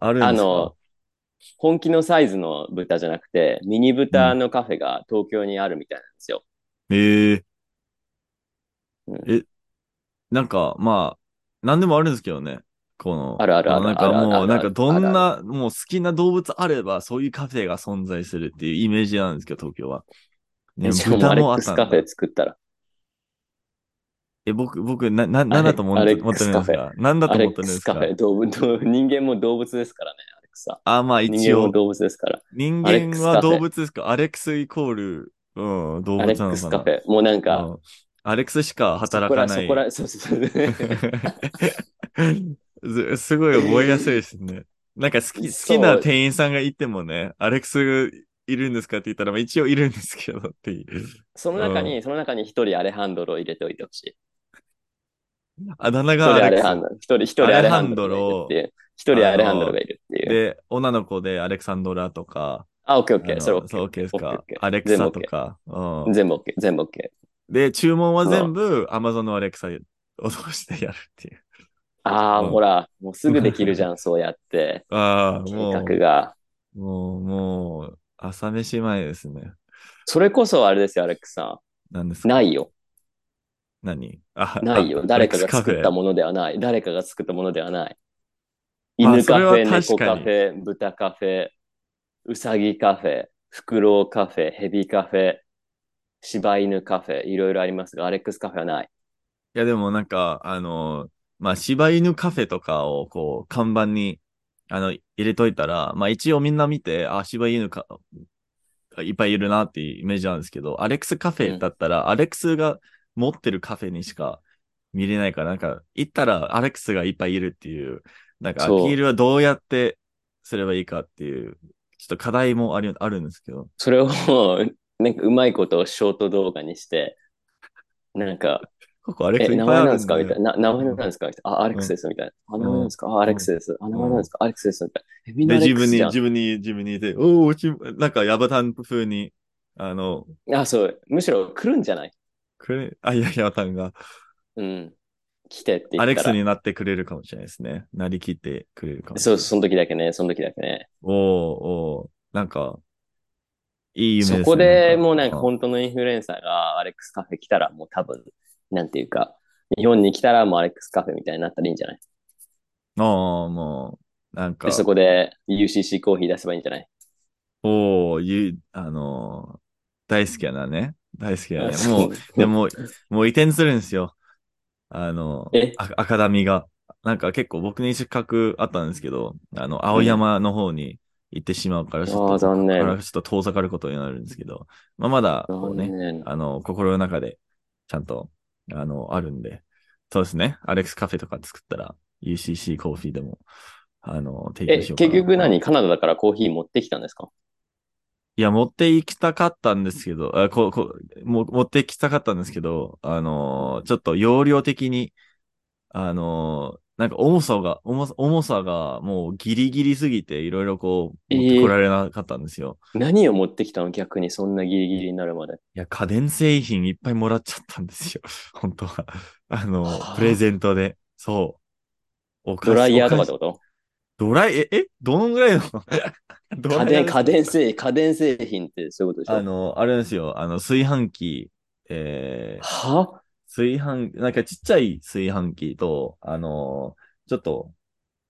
[SPEAKER 1] あるんですか
[SPEAKER 2] あの、本気のサイズの豚じゃなくて、ミニ豚のカフェが東京にあるみたいなんですよ。
[SPEAKER 1] ええ
[SPEAKER 2] うん
[SPEAKER 1] え、なんか、まあ、なんでもあるんですけどね。この、
[SPEAKER 2] あるあるある
[SPEAKER 1] なんか
[SPEAKER 2] あるあるあるあ
[SPEAKER 1] もう、
[SPEAKER 2] る
[SPEAKER 1] なんかどんな、もう好きな動物あれば、そういうカフェが存在するっていうイメージなんですけど、東京は。ね、
[SPEAKER 2] じゃあもうアレック
[SPEAKER 1] ん
[SPEAKER 2] ス
[SPEAKER 1] だ
[SPEAKER 2] カフェ作ったら。
[SPEAKER 1] え、僕、僕、な、な、なんだと思っ
[SPEAKER 2] ア
[SPEAKER 1] て
[SPEAKER 2] レ
[SPEAKER 1] 思ってるん
[SPEAKER 2] アレ
[SPEAKER 1] で
[SPEAKER 2] ッ
[SPEAKER 1] す
[SPEAKER 2] クスカ
[SPEAKER 1] かなんだと
[SPEAKER 2] アレ
[SPEAKER 1] 思っ
[SPEAKER 2] ッ
[SPEAKER 1] て
[SPEAKER 2] ク
[SPEAKER 1] るんで
[SPEAKER 2] ス
[SPEAKER 1] す
[SPEAKER 2] カ
[SPEAKER 1] か
[SPEAKER 2] フェ、動物、動物人間も動物ですからね、アレックスは。
[SPEAKER 1] あ、まあ一
[SPEAKER 2] 人間
[SPEAKER 1] 応
[SPEAKER 2] も、動物ですから。
[SPEAKER 1] 人
[SPEAKER 2] アレック
[SPEAKER 1] 間
[SPEAKER 2] ス
[SPEAKER 1] は
[SPEAKER 2] カフェ
[SPEAKER 1] 動物ですかアレックスイコール、うん、動物なの
[SPEAKER 2] アレ
[SPEAKER 1] かな
[SPEAKER 2] ックスカフェ。もうなん
[SPEAKER 1] う
[SPEAKER 2] か、
[SPEAKER 1] んアレックスしか
[SPEAKER 2] そ
[SPEAKER 1] 働
[SPEAKER 2] こ、
[SPEAKER 1] からな
[SPEAKER 2] そ
[SPEAKER 1] い
[SPEAKER 2] こ。ら、そうそうそう。
[SPEAKER 1] [laughs] ず [laughs] すごい覚えやすいですね。なんか好き、好
[SPEAKER 2] そう
[SPEAKER 1] きな店員さんがいてもね、アレックスいるんですかって言ったら、まあ一応いるんですけどっていう。
[SPEAKER 2] その中
[SPEAKER 1] う
[SPEAKER 2] に、その中に一人アレハンドロを入れておいてほしい。
[SPEAKER 1] あだ名
[SPEAKER 2] 一
[SPEAKER 1] が
[SPEAKER 2] 人
[SPEAKER 1] ア
[SPEAKER 2] ア
[SPEAKER 1] レ
[SPEAKER 2] レ
[SPEAKER 1] ッ
[SPEAKER 2] ハ
[SPEAKER 1] ク
[SPEAKER 2] ンドロ、一人、一人アレハンドロがいるっていう。一人アレハンドロがいるって
[SPEAKER 1] ス。
[SPEAKER 2] いう。
[SPEAKER 1] で、女の子でアレクサンドラとか、
[SPEAKER 2] あ、オッケーオッ
[SPEAKER 1] あ
[SPEAKER 2] ケー、
[SPEAKER 1] の
[SPEAKER 2] それオッケ
[SPEAKER 1] そう
[SPEAKER 2] ー。
[SPEAKER 1] OK です
[SPEAKER 2] オッ
[SPEAKER 1] か
[SPEAKER 2] ケーオッケー。
[SPEAKER 1] アレクサとか。うん
[SPEAKER 2] 全部オッケー、全部オッケー。
[SPEAKER 1] で、注文は全部 Amazon のアレクサを通してやるって
[SPEAKER 2] [laughs]
[SPEAKER 1] いう。
[SPEAKER 2] あ
[SPEAKER 1] うん
[SPEAKER 2] あ、ほら、
[SPEAKER 1] [laughs]
[SPEAKER 2] もうすぐできるじゃん、そうやって。
[SPEAKER 1] ああ、
[SPEAKER 2] 計
[SPEAKER 1] も
[SPEAKER 2] 画が。
[SPEAKER 1] う、もう、もう、朝飯前ですね。
[SPEAKER 2] それこそあれですよ、アレックスさ
[SPEAKER 1] 何ですか
[SPEAKER 2] ん。ないよ。
[SPEAKER 1] 何あ
[SPEAKER 2] ないよ。誰かが作った
[SPEAKER 1] も
[SPEAKER 2] ものではない。誰かが作ったものではない。
[SPEAKER 1] まあ
[SPEAKER 2] 犬カフ
[SPEAKER 1] それ
[SPEAKER 2] ェ、
[SPEAKER 1] は確
[SPEAKER 2] 猫
[SPEAKER 1] かに
[SPEAKER 2] カフェ、豚カフェ、うさぎカフェ、フクロウカフェ、ヘビカフェ、柴犬カフェ、いろいろありますが、アレックスカフェはない。
[SPEAKER 1] いや、でもなんか、あの、まあ、柴犬カフェとかを、こう、看板に、あの、入れといたら、まあ、一応みんな見て、あ、柴犬か、いっぱいいるなっていうイメージなんですけど、アレックスカフェだったら、アレックスが持ってるカフェにしか見れないから、なんか、行ったらアレックスがいっぱいいるっていう、なんか、アピ
[SPEAKER 2] そう
[SPEAKER 1] ールはどうやってすればいいかっていう、ちょっと課題もある、あるんですけど、
[SPEAKER 2] それを、 [laughs] なんかうまいことをショート動画にして、なんか、
[SPEAKER 1] ここアレック
[SPEAKER 2] え、
[SPEAKER 1] スいっ
[SPEAKER 2] 名
[SPEAKER 1] ぱいあ
[SPEAKER 2] 前
[SPEAKER 1] る
[SPEAKER 2] なんですかみたいな。な名前なん
[SPEAKER 1] で
[SPEAKER 2] ですかみたいな。あ、アレックスです。みたいな。あ、名前なんですかあ、アレックスです。あ、名前なんですかアレックスです。みたいな。え、みんな
[SPEAKER 1] で、
[SPEAKER 2] ア
[SPEAKER 1] 自
[SPEAKER 2] レック
[SPEAKER 1] 分
[SPEAKER 2] ス
[SPEAKER 1] に、
[SPEAKER 2] じゃん
[SPEAKER 1] 自分に、自分にいて、おお、ちなんか、ヤバタン風に、あの、
[SPEAKER 2] あ、そう。むしろ来るんじゃない
[SPEAKER 1] くれ、あ、いや、ヤバタンが、
[SPEAKER 2] うん。来てって言ったら。
[SPEAKER 1] アレックスになってくれるかもしれないですね。なりきってくれるかもしれ
[SPEAKER 2] そ
[SPEAKER 1] な
[SPEAKER 2] う、
[SPEAKER 1] い。
[SPEAKER 2] その時だけね、その時だけね。
[SPEAKER 1] おーおーなんか、いい夢です、
[SPEAKER 2] そ
[SPEAKER 1] ね。
[SPEAKER 2] こでもうなんか
[SPEAKER 1] ん
[SPEAKER 2] 本当のインフルエンサーがアレックスカフェ来たらもう多分、なんていうか、日本に来たらもうアレックスカフェみたいになったらいいんじゃない
[SPEAKER 1] ああ、もう、なんか
[SPEAKER 2] で、、そこで UCC コーヒー出せばいいんじゃない
[SPEAKER 1] おおゆい、あのー大好きやなね。大好きやね。
[SPEAKER 2] そ
[SPEAKER 1] も
[SPEAKER 2] う
[SPEAKER 1] う、でも、もう移転するんですよ。あの、
[SPEAKER 2] え
[SPEAKER 1] アアカダミーが。なんか結構僕に資格あったんですけど、あの、青山の方に行ってしまうから、ちょっと、
[SPEAKER 2] あー残念
[SPEAKER 1] ここからちょっと遠ざかることになるんですけど、まあ、まだ、こうね、
[SPEAKER 2] ね
[SPEAKER 1] あの、心の中で、ちゃんと、あの、あるんで、そうですね。アレックスカフェとか作ったら、UCC コーヒーでも、あの、提
[SPEAKER 2] え、
[SPEAKER 1] 供しようか
[SPEAKER 2] 結
[SPEAKER 1] な
[SPEAKER 2] 局何カナダだからコーヒー持ってきたんですか
[SPEAKER 1] いや、持って行きたかったんですけど、あここも持って行きたかったんですけど、あのーちょっと容量的に、あのーなんか重さが、重さ、重さがもうギリギリすぎて、いろいろこう、
[SPEAKER 2] えー
[SPEAKER 1] 持ってこられなかったんですよ。
[SPEAKER 2] 何を持ってきたの逆にそんなギリギリになるまで。
[SPEAKER 1] いや、家電製品いっぱいもらっちゃったんですよ。 [laughs] 本当は。あのー
[SPEAKER 2] はあ
[SPEAKER 1] プレゼントで。そう。お菓子
[SPEAKER 2] ドライヤーとか
[SPEAKER 1] お
[SPEAKER 2] っ
[SPEAKER 1] 菓子
[SPEAKER 2] てこと
[SPEAKER 1] ドライ、え、え、どのぐらいの [laughs] ドラ
[SPEAKER 2] 家
[SPEAKER 1] イヤー
[SPEAKER 2] 電、
[SPEAKER 1] です
[SPEAKER 2] 家電製品、家電製品ってそういうことでしょ
[SPEAKER 1] あの、あれですよ。あの、炊飯器、えー、
[SPEAKER 2] は
[SPEAKER 1] 炊飯、なんかちっちゃい炊飯器と、あのーちょっと、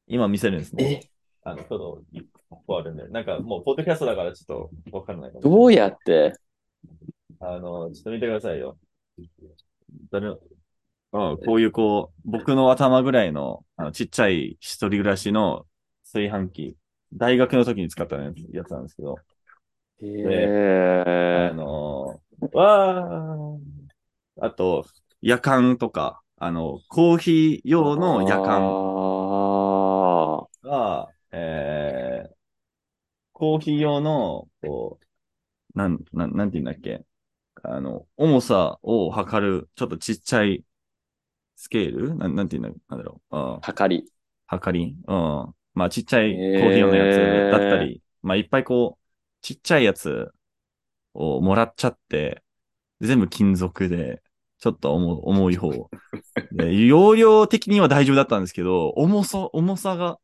[SPEAKER 1] 今見せるんですね。
[SPEAKER 2] え、
[SPEAKER 1] あの、ちょっと、ここあるんで。なんかもう、ポッドキャストだからちょっと、わかんないかも
[SPEAKER 2] どうやって
[SPEAKER 1] あのーちょっと見てくださいよ。誰ああこういうこう、僕の頭ぐらいの、あの、ちっちゃい一人暮らしの炊飯器。大学の時に使ったやつやつなんですけど。
[SPEAKER 2] へ
[SPEAKER 1] あ
[SPEAKER 2] え
[SPEAKER 1] のー、わー。あと、夜間とか、あの、コーヒー用の夜間
[SPEAKER 2] ああ。
[SPEAKER 1] が、えー、コーヒー用の、こう、なん、なん、なんて言うんだっけ。あの、重さを測る、ちょっとちっちゃいスケールなん、なんて言うんだなんだろう。あー
[SPEAKER 2] はかり。
[SPEAKER 1] 測り。うん。まあ、ちっちゃいコーヒー用のやつだったり、まあ、いっぱいこう、ちっちゃいやつをもらっちゃって、全部金属で、ちょっと重重
[SPEAKER 2] [laughs]
[SPEAKER 1] い方。で容量的には大丈夫だったんですけど、重さ、重さが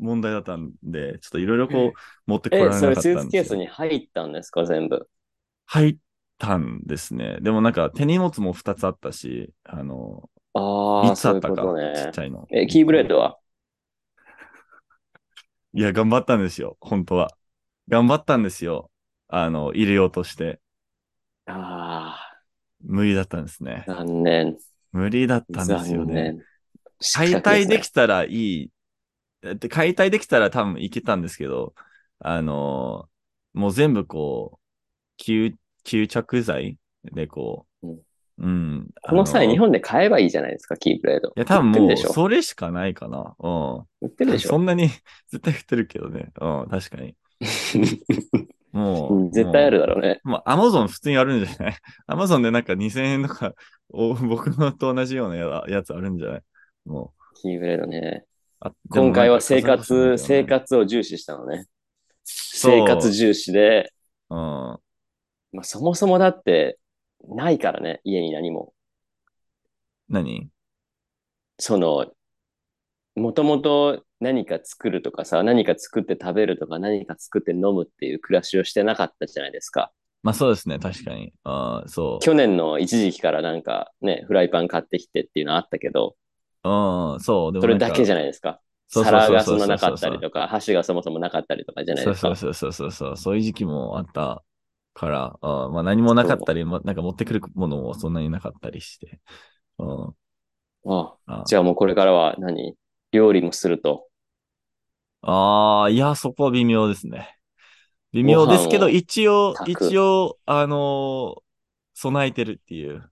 [SPEAKER 1] 問題だったんで、ちょっといろいろこう、持ってこられ
[SPEAKER 2] え、
[SPEAKER 1] な
[SPEAKER 2] そ
[SPEAKER 1] かっ
[SPEAKER 2] れ
[SPEAKER 1] たん
[SPEAKER 2] スーツケ
[SPEAKER 1] で
[SPEAKER 2] ー
[SPEAKER 1] す
[SPEAKER 2] ス
[SPEAKER 1] よ。
[SPEAKER 2] に入ったんですか、全部。
[SPEAKER 1] 入ったんですね。でもなんか手荷物も2つあったし、あの、
[SPEAKER 2] あ
[SPEAKER 1] 3
[SPEAKER 2] あ、
[SPEAKER 1] つ
[SPEAKER 2] そ
[SPEAKER 1] あ
[SPEAKER 2] うい
[SPEAKER 1] っ
[SPEAKER 2] う
[SPEAKER 1] た
[SPEAKER 2] こ
[SPEAKER 1] か、
[SPEAKER 2] と
[SPEAKER 1] ちっ
[SPEAKER 2] ね
[SPEAKER 1] ち。ゃいの。
[SPEAKER 2] え、キーブレードはい
[SPEAKER 1] や、頑張ったんですよ、本当は。頑張ったんですよ。あの、入れようとして。
[SPEAKER 2] あ
[SPEAKER 1] 無理だったんですね
[SPEAKER 2] あ、。残念。
[SPEAKER 1] 無理だったんですよ
[SPEAKER 2] 残
[SPEAKER 1] ね。
[SPEAKER 2] 念。
[SPEAKER 1] 解体で
[SPEAKER 2] た。
[SPEAKER 1] きたらいい。で解体できたら多分いけたんですけど、あのもう全部こう、吸、吸着剤でこう、うん。
[SPEAKER 2] この際、
[SPEAKER 1] あ
[SPEAKER 2] 日本で買えばいいじゃないですか、キーブレード。
[SPEAKER 1] いや、多分
[SPEAKER 2] 売ってる
[SPEAKER 1] もう、
[SPEAKER 2] でしょ。
[SPEAKER 1] それしかないかな。うん。
[SPEAKER 2] 売ってるでし
[SPEAKER 1] そ
[SPEAKER 2] ょ。、
[SPEAKER 1] んなに、 [laughs] 絶対振ってるけどね。うん、確かに。もう
[SPEAKER 2] 絶対あるだろうね。
[SPEAKER 1] まあ、アマゾン普通にあるんじゃない [laughs] アマゾンでなんか2000円とか、お [laughs] 僕のと同じようなややつあるんじゃないもう。
[SPEAKER 2] キーブレードね。
[SPEAKER 1] あでも
[SPEAKER 2] 今回は生
[SPEAKER 1] なんかそれ
[SPEAKER 2] 活、
[SPEAKER 1] こそな
[SPEAKER 2] 生
[SPEAKER 1] んだよね
[SPEAKER 2] 活を重視したのね。
[SPEAKER 1] う
[SPEAKER 2] 生活重視で、
[SPEAKER 1] うん。
[SPEAKER 2] まあ、そもそもだって、ないからね、家に何も。
[SPEAKER 1] 何
[SPEAKER 2] その、もともと何か作るとかさ、何か作って食べるとか、何か作って飲むっていう暮らしをしてなかったじゃないですか。
[SPEAKER 1] まあそうですね、確かに。あーそう。
[SPEAKER 2] 去年の一時期からなんかね、フライパン買ってきてっていうのあったけど、
[SPEAKER 1] うん、そう。で
[SPEAKER 2] それだけじ
[SPEAKER 1] ゃ
[SPEAKER 2] ゃないですか。
[SPEAKER 1] そうそう
[SPEAKER 2] 皿が
[SPEAKER 1] そそうそうそう
[SPEAKER 2] そう
[SPEAKER 1] ん
[SPEAKER 2] ななかったりとか、箸がそもそもなかったりとかじゃない
[SPEAKER 1] そ
[SPEAKER 2] で
[SPEAKER 1] う
[SPEAKER 2] す
[SPEAKER 1] そ
[SPEAKER 2] か
[SPEAKER 1] う。そうそうそうそう。そういう時期もあったから、あーまあ何もなかったり、まなんか持ってくるものもそんなになかったりして。うん、
[SPEAKER 2] あ
[SPEAKER 1] あー
[SPEAKER 2] じゃあもうこれからは何料理もすると。
[SPEAKER 1] ああ、いや、そこは微妙ですね。微妙ですけど、
[SPEAKER 2] ご飯を
[SPEAKER 1] 一応、
[SPEAKER 2] 炊く
[SPEAKER 1] 一応、あのー備えてるっていう。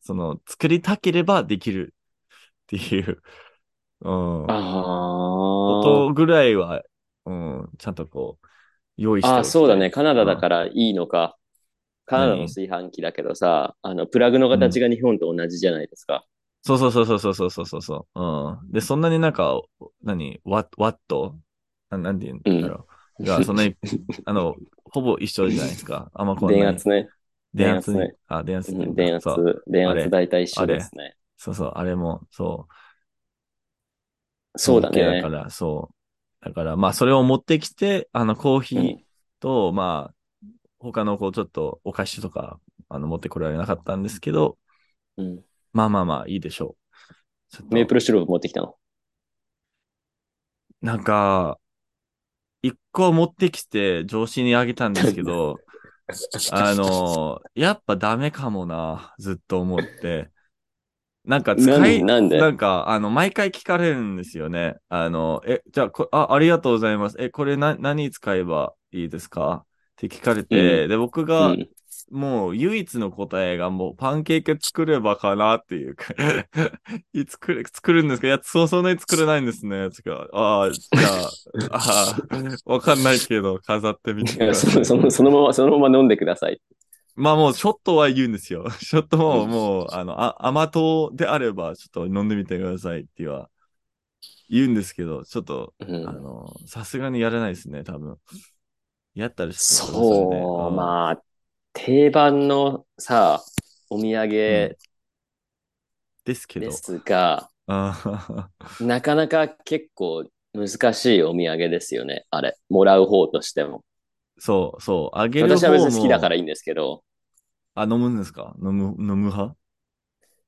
[SPEAKER 1] その、作りたければできるっていう、うん、こ
[SPEAKER 2] あ
[SPEAKER 1] とぐらいは、うん、ちゃんとこう、用意して
[SPEAKER 2] あ。
[SPEAKER 1] お
[SPEAKER 2] あ
[SPEAKER 1] きたい
[SPEAKER 2] そうだね。。カナダだからいいのか。カナダの炊飯器だけどさ、あの、プラグの形が日本と同じじゃないですか。
[SPEAKER 1] そうそうそうそうそうそうそうそう。うん。で、そんなになんか、何、ワッワットななんて言うんだろう。が、そんなに、あの、ほぼ一緒じゃないです
[SPEAKER 2] [laughs]
[SPEAKER 1] か。あんまこう、
[SPEAKER 2] 電圧ね。
[SPEAKER 1] 電圧
[SPEAKER 2] 電圧
[SPEAKER 1] ね
[SPEAKER 2] ね。
[SPEAKER 1] あ、電圧
[SPEAKER 2] う
[SPEAKER 1] ね
[SPEAKER 2] ん電圧
[SPEAKER 1] そう、
[SPEAKER 2] 電
[SPEAKER 1] あれ
[SPEAKER 2] 圧大体一緒ですね。
[SPEAKER 1] そうそう、あれも、そう。
[SPEAKER 2] そうだ
[SPEAKER 1] 関係
[SPEAKER 2] ね
[SPEAKER 1] だか。ら、そう。だから、まあ、それを持ってきて、あの、コーヒ
[SPEAKER 2] う
[SPEAKER 1] ー
[SPEAKER 2] ん
[SPEAKER 1] と、まあ、他の、こう、ちょっと、お菓子とか、あの、持ってこられなかったんですけど、
[SPEAKER 2] うん
[SPEAKER 1] まあまあまあ、いいでしょう。ちょっと
[SPEAKER 2] メープルシロップ持ってきたの。
[SPEAKER 1] なんか、一個持ってきて、上司にあげたんですけ
[SPEAKER 2] [laughs]
[SPEAKER 1] ど、あの、やっぱダメかもな、ずっと思って。なんか使い、
[SPEAKER 2] なんでなんで
[SPEAKER 1] なんか、あの、毎回聞かれるんですよね。あの、え、じゃあこ、あ、ありがとうございます。え、これな、何使えばいいですかって聞かれて、
[SPEAKER 2] う
[SPEAKER 1] で、僕
[SPEAKER 2] う
[SPEAKER 1] が、
[SPEAKER 2] ん
[SPEAKER 1] もう唯一の答えがもうパンケーキ作ればかなっていうか [laughs] 作る、作るんですかいや、そう、そんなに作れないんですね。つうか、ああ、じゃあ、ああ、わかんないけど、飾ってみてください。
[SPEAKER 2] [laughs] そそのそのまま、そのまま飲んでください。
[SPEAKER 1] まあもう、ショットは言うんですよ。 [laughs] ショットももう、あの、あ甘党であれば、ちょっと飲んでみてくださいっては言うんですけど、ちょっと、
[SPEAKER 2] う
[SPEAKER 1] あ
[SPEAKER 2] ん、
[SPEAKER 1] の、さすがにやらないですね、多分。やったらちょっと
[SPEAKER 2] そう、
[SPEAKER 1] あ、
[SPEAKER 2] まあ、定番のさ、お土
[SPEAKER 1] うん
[SPEAKER 2] 産
[SPEAKER 1] ですけ
[SPEAKER 2] で
[SPEAKER 1] ど。
[SPEAKER 2] すが、
[SPEAKER 1] あー [laughs]
[SPEAKER 2] なかなか結構難しいお土産ですよね。あれ、もらう方としても。
[SPEAKER 1] そう、そう、あげる
[SPEAKER 2] 私
[SPEAKER 1] 方
[SPEAKER 2] は
[SPEAKER 1] も。
[SPEAKER 2] 別に好きだからいいんですけど、
[SPEAKER 1] あ、飲むんですか飲む、飲む派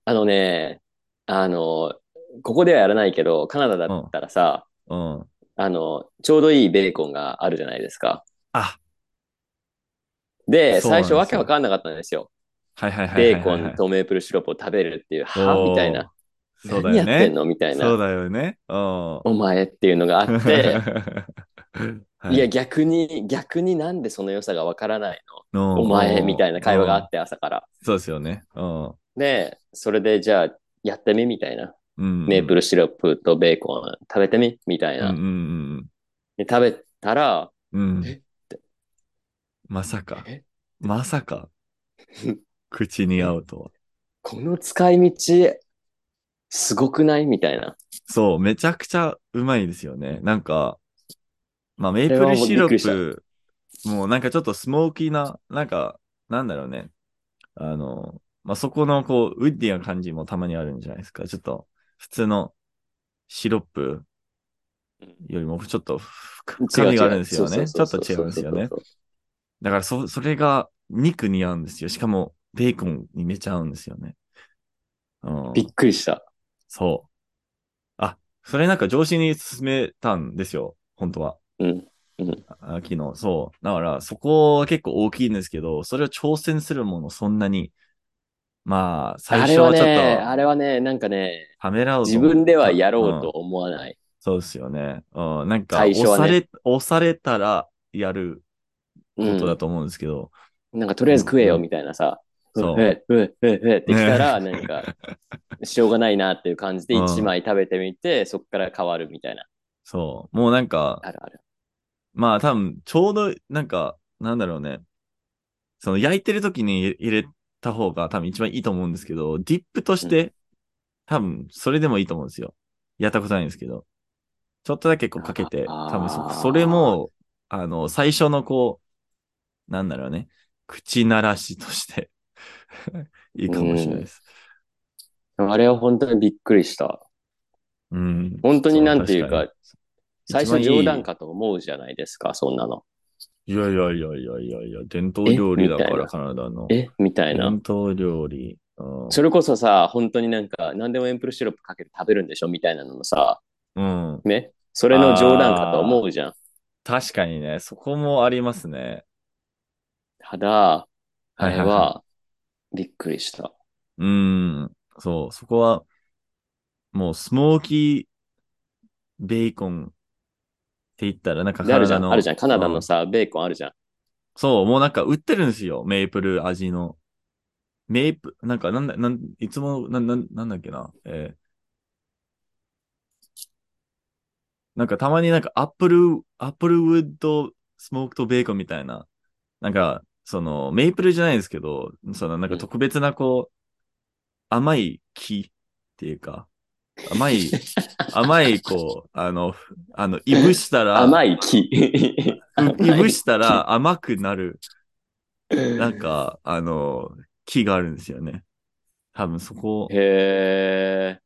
[SPEAKER 2] あのね、あの、ここではやらないけど、カナダだったらさ、
[SPEAKER 1] うん。
[SPEAKER 2] あの、ちょうどいいベーコンがあるじゃないですか。
[SPEAKER 1] あ、
[SPEAKER 2] で、
[SPEAKER 1] そうなん
[SPEAKER 2] 最
[SPEAKER 1] ですよ
[SPEAKER 2] 初わけわかんなかったんですよ。
[SPEAKER 1] はいはいはいはい
[SPEAKER 2] ベ
[SPEAKER 1] は
[SPEAKER 2] ー
[SPEAKER 1] い
[SPEAKER 2] コ
[SPEAKER 1] はい。
[SPEAKER 2] ンとメープルシロップを食べるっていう、は
[SPEAKER 1] おー
[SPEAKER 2] みたいな。
[SPEAKER 1] そうだ
[SPEAKER 2] 何
[SPEAKER 1] よ
[SPEAKER 2] やってん
[SPEAKER 1] ね。
[SPEAKER 2] のみたい
[SPEAKER 1] そう
[SPEAKER 2] な。
[SPEAKER 1] だよね。うん。
[SPEAKER 2] お前っていうの
[SPEAKER 1] [laughs]
[SPEAKER 2] があって、
[SPEAKER 1] はい [laughs]
[SPEAKER 2] いや、逆に、逆になんでその良さがわからない
[SPEAKER 1] うん
[SPEAKER 2] のお前みたいな会話があ
[SPEAKER 1] うん
[SPEAKER 2] って、朝から。
[SPEAKER 1] そうですよね。うん。
[SPEAKER 2] で、それで、じゃあ、やってみみたいな。
[SPEAKER 1] うん。
[SPEAKER 2] メープ
[SPEAKER 1] ル
[SPEAKER 2] ルシロップとベーコン食べてみみたい
[SPEAKER 1] うんう
[SPEAKER 2] な。
[SPEAKER 1] ん
[SPEAKER 2] で食べたら、
[SPEAKER 1] うんうん
[SPEAKER 2] えっ。
[SPEAKER 1] まさか
[SPEAKER 2] え。
[SPEAKER 1] まさか。口に合うとは。
[SPEAKER 2] この使い道、すごくないみたいな。
[SPEAKER 1] そう、めちゃくちゃうまいですよね。なんか、まあ、メープ
[SPEAKER 2] これは
[SPEAKER 1] ル
[SPEAKER 2] もう
[SPEAKER 1] シロ
[SPEAKER 2] びっ
[SPEAKER 1] ッ
[SPEAKER 2] く
[SPEAKER 1] プ、もうなんかちょっとスモーキーな、なんか、なんだろうね。あの、まあ、そこのこう、ウッディな感じもたまにあるんじゃないですか。ちょっと、普通のシロップよりもちょっと深深みがあるんですよ
[SPEAKER 2] 違う違
[SPEAKER 1] ね。
[SPEAKER 2] う
[SPEAKER 1] ちょっと違うんですよね。。
[SPEAKER 2] そうそうそうそうそう
[SPEAKER 1] だからそ、それが肉に合うんですよ。しかも、ベーコンにめちゃ合うんですよね。うん
[SPEAKER 2] びっくりした。
[SPEAKER 1] そう。あ、それなんか上司に勧めたんですよ。本当は。
[SPEAKER 2] うん。
[SPEAKER 1] あ昨日。そう。だから、そこは結構大きいんですけど、それを挑戦するもの、そんなに。まあ、最
[SPEAKER 2] あれ
[SPEAKER 1] 初は
[SPEAKER 2] は
[SPEAKER 1] ちょ
[SPEAKER 2] ね、あ
[SPEAKER 1] っと、
[SPEAKER 2] れはね、なんかね、
[SPEAKER 1] ためらうと
[SPEAKER 2] 自分ではやろうと
[SPEAKER 1] ん
[SPEAKER 2] 思わない。
[SPEAKER 1] そうですよね。うん。なんか、
[SPEAKER 2] 最初
[SPEAKER 1] 押
[SPEAKER 2] は
[SPEAKER 1] さ
[SPEAKER 2] ね
[SPEAKER 1] れ、押されたらやるこ
[SPEAKER 2] うん
[SPEAKER 1] とだと思うんですけど、
[SPEAKER 2] なんかとりあえず食えよ
[SPEAKER 1] うん
[SPEAKER 2] みたいなさ、
[SPEAKER 1] そう
[SPEAKER 2] え、え、え、ええってきたら、
[SPEAKER 1] ね
[SPEAKER 2] なんか、しょうがないなっていう感じで
[SPEAKER 1] うん
[SPEAKER 2] 一枚食べてみて、そこから変わるみたいな。
[SPEAKER 1] そう。もうなんか、
[SPEAKER 2] あるある。
[SPEAKER 1] まあ多分、ちょうど、なんか、なんだろうね。その焼いてる時に入れた方が多分一番いいと思うんですけど、ディップとして、多分、それでもいいと思うんですよ。やったことないんですけど。ちょっとだけこうかけて、
[SPEAKER 2] あー
[SPEAKER 1] 多分そそれも、あの、最初のこう、なんだろうね。口ならしとして、 [laughs] いいかもしれないです。
[SPEAKER 2] あれは本当にびっくりした。
[SPEAKER 1] うん。
[SPEAKER 2] 本当になんていう
[SPEAKER 1] そう
[SPEAKER 2] か、最初冗談かと思うじゃないですか、そんなの。
[SPEAKER 1] いやいやいやいやいやいや、伝統料理だか
[SPEAKER 2] えみたい
[SPEAKER 1] ら、
[SPEAKER 2] な
[SPEAKER 1] カナダの。
[SPEAKER 2] えみたいな。
[SPEAKER 1] 伝統料理。うん
[SPEAKER 2] それこそさ、本当になんか、何でもエンプルシロップかけて食べるんでしょみたいなのもさ、
[SPEAKER 1] うん。
[SPEAKER 2] ね。それの冗談かと思うじゃん。
[SPEAKER 1] 確かにね、そこもありますね。
[SPEAKER 2] ただ、あ
[SPEAKER 1] はい
[SPEAKER 2] れ
[SPEAKER 1] はいは
[SPEAKER 2] は、びっくりした。
[SPEAKER 1] うん。そう、そこは、もう、スモーキーベーコンって言ったら、なんか
[SPEAKER 2] で、
[SPEAKER 1] カ
[SPEAKER 2] ある
[SPEAKER 1] ナ
[SPEAKER 2] じゃ
[SPEAKER 1] ダ
[SPEAKER 2] ん、
[SPEAKER 1] の。
[SPEAKER 2] あるじゃん。カナダ
[SPEAKER 1] う
[SPEAKER 2] の
[SPEAKER 1] ん
[SPEAKER 2] さ、ベーコンあるじゃん。
[SPEAKER 1] そう、もうなんか売ってるんですよ。メープル味の。メープ、なんかなんだ、なん、いつも、なん、なん、なんだっけな。えーなんかたまになんかアップル、アップルウッドスモークとベーコンみたいな。なんか、その、メープルじゃないですけど、そのなんか特別なこう、甘い木っていうか、甘
[SPEAKER 2] [laughs]
[SPEAKER 1] い、甘いこう、あの、あの、いぶしたら、
[SPEAKER 2] 甘い木。
[SPEAKER 1] うい
[SPEAKER 2] 甘
[SPEAKER 1] ぶ
[SPEAKER 2] い
[SPEAKER 1] したら甘くなる、なんか、あの、木があるんですよね。多分そこ、
[SPEAKER 2] へ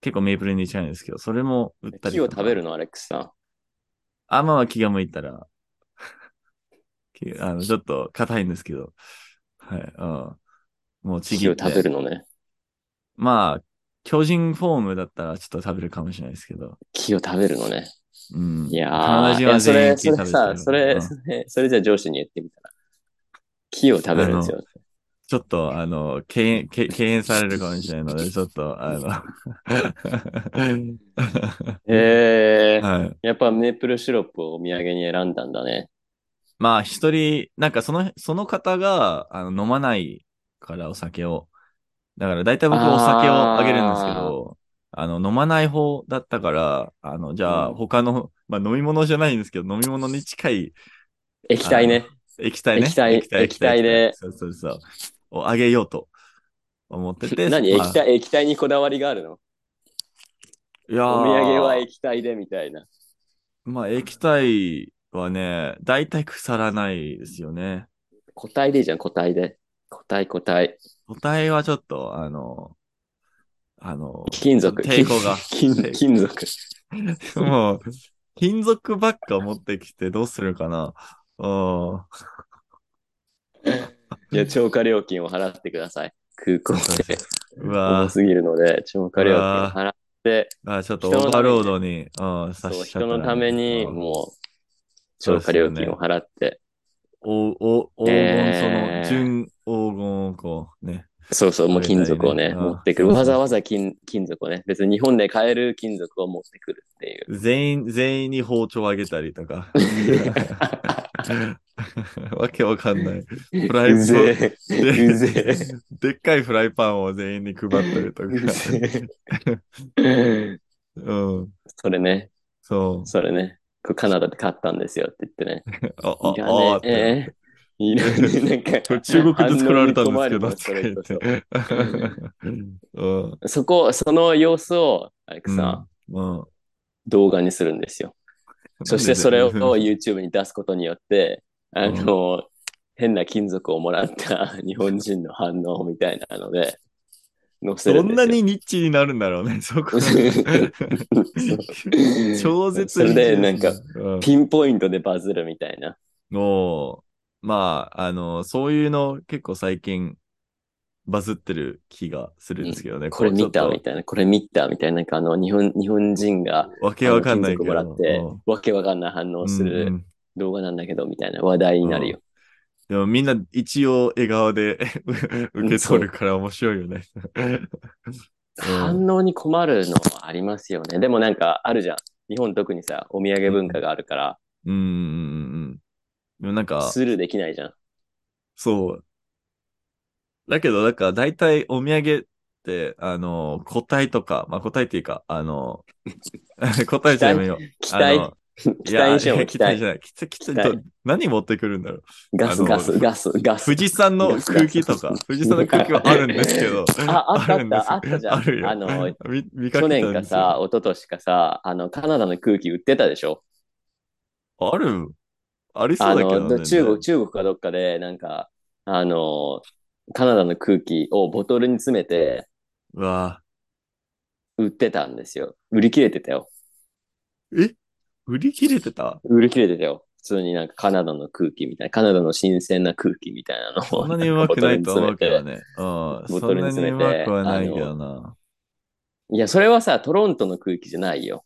[SPEAKER 1] 結構メープルに近いんですけど、それも売った
[SPEAKER 2] ー。
[SPEAKER 1] り
[SPEAKER 2] 木を食べる
[SPEAKER 1] の
[SPEAKER 2] の、アレックスさん。
[SPEAKER 1] あ、まあまあ気が向いたら、 [laughs] きあのちょっと硬いんですけど、はい、うん。もうちぎ
[SPEAKER 2] 木を
[SPEAKER 1] って。
[SPEAKER 2] 食べるのね。
[SPEAKER 1] まあ、巨人フォームだったらちょっと食べるかもしれないですけど、
[SPEAKER 2] 木を食べるのね。
[SPEAKER 1] うん。
[SPEAKER 2] いや
[SPEAKER 1] カナダ
[SPEAKER 2] ー、い
[SPEAKER 1] 人
[SPEAKER 2] や
[SPEAKER 1] は
[SPEAKER 2] そ
[SPEAKER 1] 全員
[SPEAKER 2] れ、
[SPEAKER 1] 木食べて
[SPEAKER 2] それ
[SPEAKER 1] る
[SPEAKER 2] さ、それ、
[SPEAKER 1] うん
[SPEAKER 2] それ、 [laughs] それじゃあ上司に言ってみたら。木を食べるんですよ。
[SPEAKER 1] ちょっと、あの、敬遠、敬敬遠されるかもしれないので、ちょっと、あ
[SPEAKER 2] [laughs]
[SPEAKER 1] の、
[SPEAKER 2] へー。
[SPEAKER 1] はい。
[SPEAKER 2] やっぱメープルシロップをお土産に選んだんだね。
[SPEAKER 1] まあ、一人、なんかその、その方が、あの、飲まないから、お酒を。だから、大体僕、お酒をあげるんですけど、あの、飲まない方だったから、あの、じゃ
[SPEAKER 2] う
[SPEAKER 1] あ、
[SPEAKER 2] ん
[SPEAKER 1] 他の、まあ、飲み物じゃないんですけど、飲み物に近い
[SPEAKER 2] 液体ね。
[SPEAKER 1] 液体ね。
[SPEAKER 2] 液体液体で
[SPEAKER 1] そうそうそう。をあげようと思ってて。
[SPEAKER 2] [laughs] 何
[SPEAKER 1] まあ
[SPEAKER 2] 液体、液体にこだわりがあるの
[SPEAKER 1] いやー
[SPEAKER 2] お土産は液体でみたいな。
[SPEAKER 1] まあ、液体はね、大体腐らないですよね。
[SPEAKER 2] 個体でいいじゃん、個体で。個体、個体。
[SPEAKER 1] 個体はちょっと、あの、あの、
[SPEAKER 2] 金属。
[SPEAKER 1] 抵抗が
[SPEAKER 2] [laughs] 金金金属。
[SPEAKER 1] もう、金属ばっか持ってきてどうするかな。うん。
[SPEAKER 2] いや、超過料金を払ってください。空港で。
[SPEAKER 1] う
[SPEAKER 2] 重
[SPEAKER 1] わぁ
[SPEAKER 2] すぎるので、超過料金を払って、
[SPEAKER 1] あ、ちょっとオーバーロードに、うん、
[SPEAKER 2] そ
[SPEAKER 1] さ
[SPEAKER 2] う、
[SPEAKER 1] しちゃった
[SPEAKER 2] 人
[SPEAKER 1] ね
[SPEAKER 2] のために、
[SPEAKER 1] うん
[SPEAKER 2] もう、
[SPEAKER 1] そう
[SPEAKER 2] 超
[SPEAKER 1] です
[SPEAKER 2] 過
[SPEAKER 1] よ
[SPEAKER 2] 料
[SPEAKER 1] ね
[SPEAKER 2] 金を払って、
[SPEAKER 1] お、お、黄金、そ
[SPEAKER 2] え
[SPEAKER 1] の、
[SPEAKER 2] ー
[SPEAKER 1] 純黄金をこう、ね。
[SPEAKER 2] そうそう、もう金属をね、
[SPEAKER 1] あ
[SPEAKER 2] 持ってくる。
[SPEAKER 1] そうそう
[SPEAKER 2] わざわざ金金属をね、別に日本で買える金属を持ってくるっていう。
[SPEAKER 1] 全員、全員に包丁あげたりと
[SPEAKER 2] [laughs]
[SPEAKER 1] か。わけわかんない。フライ
[SPEAKER 2] う
[SPEAKER 1] パ
[SPEAKER 2] ぜえ。
[SPEAKER 1] で
[SPEAKER 2] うぜ
[SPEAKER 1] ン、でっかいフライパンを全員に配ったりとか。
[SPEAKER 2] え。うぜえ。
[SPEAKER 1] うん。
[SPEAKER 2] それね、
[SPEAKER 1] そう。
[SPEAKER 2] それね、これカナダで買ったんですよって言ってね。
[SPEAKER 1] あ、あ、
[SPEAKER 2] いら
[SPEAKER 1] あーっ
[SPEAKER 2] ね
[SPEAKER 1] て。
[SPEAKER 2] え。いらねえ。なんか、
[SPEAKER 1] これ中国で作られたんですけど、っ
[SPEAKER 2] 反応に困るよ
[SPEAKER 1] て
[SPEAKER 2] それと
[SPEAKER 1] 言って。うん。
[SPEAKER 2] そこ、その様子を、アレクさん、
[SPEAKER 1] うん。うん
[SPEAKER 2] 動画にするんですよ。そしてそれを YouTube に出すことによって、あの、変な金属をもらった [laughs] 日本人の反応みたいなので、載せ
[SPEAKER 1] ど
[SPEAKER 2] るん
[SPEAKER 1] ん
[SPEAKER 2] です
[SPEAKER 1] な
[SPEAKER 2] よ。
[SPEAKER 1] にニッチになるんだろうね、そこ
[SPEAKER 2] [laughs] そう
[SPEAKER 1] 超絶
[SPEAKER 2] それで、なんか、
[SPEAKER 1] うん
[SPEAKER 2] ピンポイントでバズるみたいな。
[SPEAKER 1] もう、まあ、あの、そういうの結構最近バズってる気がするんですけどね。
[SPEAKER 2] これ見たみ
[SPEAKER 1] た
[SPEAKER 2] たいな、これ見たみたいな、なんかあの、日本、日本人が、
[SPEAKER 1] わけわかんない
[SPEAKER 2] あ
[SPEAKER 1] け
[SPEAKER 2] の金属
[SPEAKER 1] ど。
[SPEAKER 2] もらって
[SPEAKER 1] うん、
[SPEAKER 2] わけわかんない反応す
[SPEAKER 1] うんう
[SPEAKER 2] る
[SPEAKER 1] ん
[SPEAKER 2] 動画なんだけど、みたいな話題になるよ。
[SPEAKER 1] でもみんな一応笑顔で [laughs] 受け取るから面白いよね。
[SPEAKER 2] 反応に困るのはありますよね。でもなんかあるじゃん。日本特にさ、お土産文化があるから、
[SPEAKER 1] うんうんうんうん。でもなんか、
[SPEAKER 2] スルーできないじゃん。
[SPEAKER 1] そう。だけど、なんか、大体お土産って、あの、個体とか、まあ、個体っていうか、あの、 [laughs] 答えちゃダメよ。
[SPEAKER 2] 期
[SPEAKER 1] あ
[SPEAKER 2] 待、
[SPEAKER 1] のい
[SPEAKER 2] 期
[SPEAKER 1] や
[SPEAKER 2] 待にしよう、
[SPEAKER 1] [laughs] 期
[SPEAKER 2] 期
[SPEAKER 1] 待
[SPEAKER 2] 待
[SPEAKER 1] じ。ゃない。期待、期
[SPEAKER 2] 期
[SPEAKER 1] 待
[SPEAKER 2] 待
[SPEAKER 1] ど何持ってくるんだろう。
[SPEAKER 2] ガ
[SPEAKER 1] あ
[SPEAKER 2] ス、
[SPEAKER 1] の
[SPEAKER 2] ガス、ガス、ガス
[SPEAKER 1] 富。士山の空気とか、富士山の空気はあるんですけど。
[SPEAKER 2] あ、あったあ
[SPEAKER 1] る
[SPEAKER 2] っ
[SPEAKER 1] んです
[SPEAKER 2] た、あったじゃ
[SPEAKER 1] ある
[SPEAKER 2] ん。
[SPEAKER 1] よ。
[SPEAKER 2] あの、
[SPEAKER 1] 見、見かけたん
[SPEAKER 2] [laughs] 去
[SPEAKER 1] ですよ
[SPEAKER 2] 年かさ、、一昨年かさ、あの、カナダの空気売ってたでしょ
[SPEAKER 1] あるありそ
[SPEAKER 2] あ
[SPEAKER 1] うだけど
[SPEAKER 2] の、
[SPEAKER 1] ね。
[SPEAKER 2] ど中国、中国かどっかで、なんか、あの、カナダの空気をボトルに詰めて、
[SPEAKER 1] うわ
[SPEAKER 2] 売ってたんですよ。売り切れてたよ。
[SPEAKER 1] え売り切れてた
[SPEAKER 2] 売り切れてたよ。普通になんかカナダの空気みたいな、カナダの新鮮な空気みたいなのを。
[SPEAKER 1] そんなにうまくないと思うけど
[SPEAKER 2] なんか
[SPEAKER 1] ね。うん。
[SPEAKER 2] ボ
[SPEAKER 1] そ
[SPEAKER 2] ト
[SPEAKER 1] ん
[SPEAKER 2] ルに
[SPEAKER 1] なに
[SPEAKER 2] 詰
[SPEAKER 1] う
[SPEAKER 2] めて
[SPEAKER 1] まくはないけどな。
[SPEAKER 2] ボトルに。いや、それはさ、トロントの空気じゃないよ。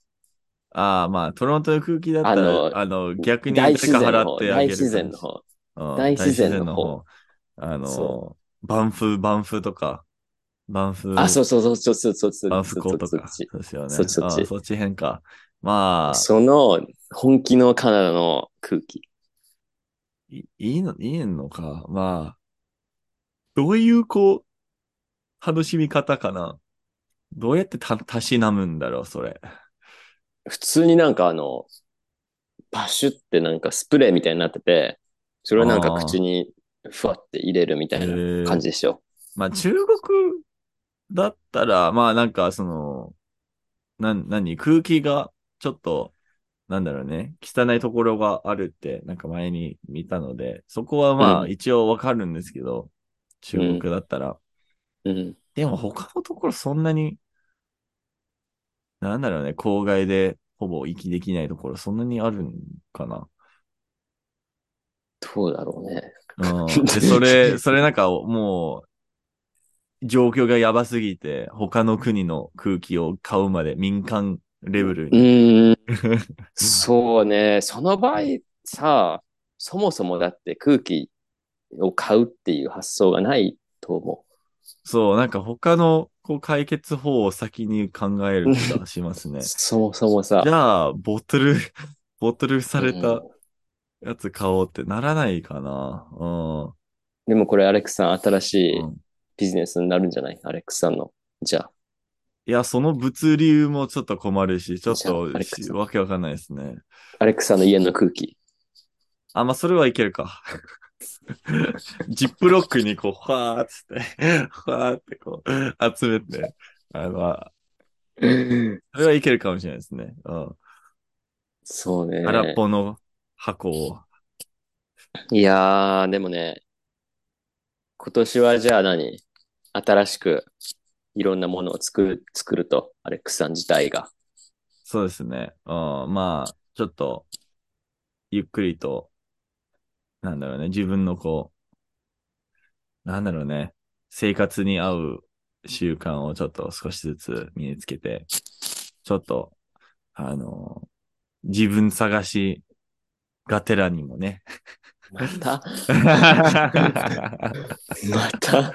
[SPEAKER 1] ああ、まあ、トロントの空気だったら、あ
[SPEAKER 2] あ
[SPEAKER 1] の、
[SPEAKER 2] の
[SPEAKER 1] 逆に
[SPEAKER 2] 大
[SPEAKER 1] 誰か
[SPEAKER 2] 自然の
[SPEAKER 1] 払っ
[SPEAKER 2] 方。
[SPEAKER 1] てあげ
[SPEAKER 2] 大
[SPEAKER 1] る
[SPEAKER 2] 自然の方。
[SPEAKER 1] うん
[SPEAKER 2] 大自然の方
[SPEAKER 1] 大自然の方。あの
[SPEAKER 2] そ、
[SPEAKER 1] バンフ、バンフとか。バンフ、
[SPEAKER 2] あ、そうそうそう、そうそうそうそう。
[SPEAKER 1] バンフ港と
[SPEAKER 2] そっ
[SPEAKER 1] か。
[SPEAKER 2] ち
[SPEAKER 1] そうですよね。
[SPEAKER 2] そっちそっち
[SPEAKER 1] ああそっち変か。まあ、
[SPEAKER 2] その本気のカナダの空気。
[SPEAKER 1] いいいの、いいのか。まあ、どういう、こう、楽しみ方かな。どうやってた、たしなむんだろう、それ。
[SPEAKER 2] 普通になんかあの、パシュってなんかスプレーみたいになってて、それをなんか口にふわって入れるみたい
[SPEAKER 1] へ
[SPEAKER 2] な
[SPEAKER 1] ー
[SPEAKER 2] 感じでしょ。
[SPEAKER 1] まあ、中国だったら、まあ、なんか、その、なん、何、空気が、ちょっと、なんだろうね、汚いところがあるって、なんか前に見たので、そこはまあ、
[SPEAKER 2] うん
[SPEAKER 1] 一応わかるんですけど、中国だったら。
[SPEAKER 2] うん。
[SPEAKER 1] でも、他のところそんなに、なんだろうね、郊外で、ほぼ息できないところ、そんなにあるんかな。
[SPEAKER 2] [laughs] どうだろうね。
[SPEAKER 1] うんで、それ、それなんかもう、状況がやばすぎて、他の国の空気を買うまで民間レベル
[SPEAKER 2] う
[SPEAKER 1] に。
[SPEAKER 2] ーん。そうね。その場合さ、そもそもだって空気を買うっていう発想がないと思
[SPEAKER 1] そう、なんか他のこう解決法を先に考える気がします
[SPEAKER 2] [laughs] う。
[SPEAKER 1] ね。
[SPEAKER 2] そもそもさ
[SPEAKER 1] じ。ゃあ、ボトル、ボトルされ
[SPEAKER 2] うん
[SPEAKER 1] たやつ買おうってならないかな。うん
[SPEAKER 2] でもこれアレックスさん新しい
[SPEAKER 1] うん。
[SPEAKER 2] ビジネスになるんじゃないアレックスさんの。じゃあ。
[SPEAKER 1] いや、その物流もちょっと困るし、ちょっ
[SPEAKER 2] じゃあア
[SPEAKER 1] と
[SPEAKER 2] レック
[SPEAKER 1] し
[SPEAKER 2] ス
[SPEAKER 1] わけわかんないですね。
[SPEAKER 2] アレックスさんの家の空気。
[SPEAKER 1] あ、まあ、それはいけるか。ジップロックにこう、 [laughs] ファーっつって、ファーってこう、集めて、あの、あそれはいけるかもしれないですね。うん。
[SPEAKER 2] そうね。
[SPEAKER 1] 空っぽの箱を。
[SPEAKER 2] いやー、でもね、今年はじゃあ何新しくいろんなものを作る、作ると、アレックスさん自体が。
[SPEAKER 1] そうですね。うん。まあ、ちょっと、ゆっくりと、なんだろうね、自分のこう、なんだろうね、生活に合う習慣をちょっと少しずつ身につけて、ちょっと、あの、自分探しがてらにもね。
[SPEAKER 2] またまた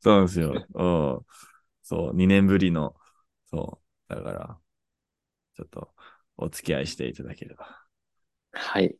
[SPEAKER 1] そうなんですよ。うん。そう、2年ぶりの、そう、だから、ちょっと、お付き合いしていただければ。
[SPEAKER 2] [laughs] はい。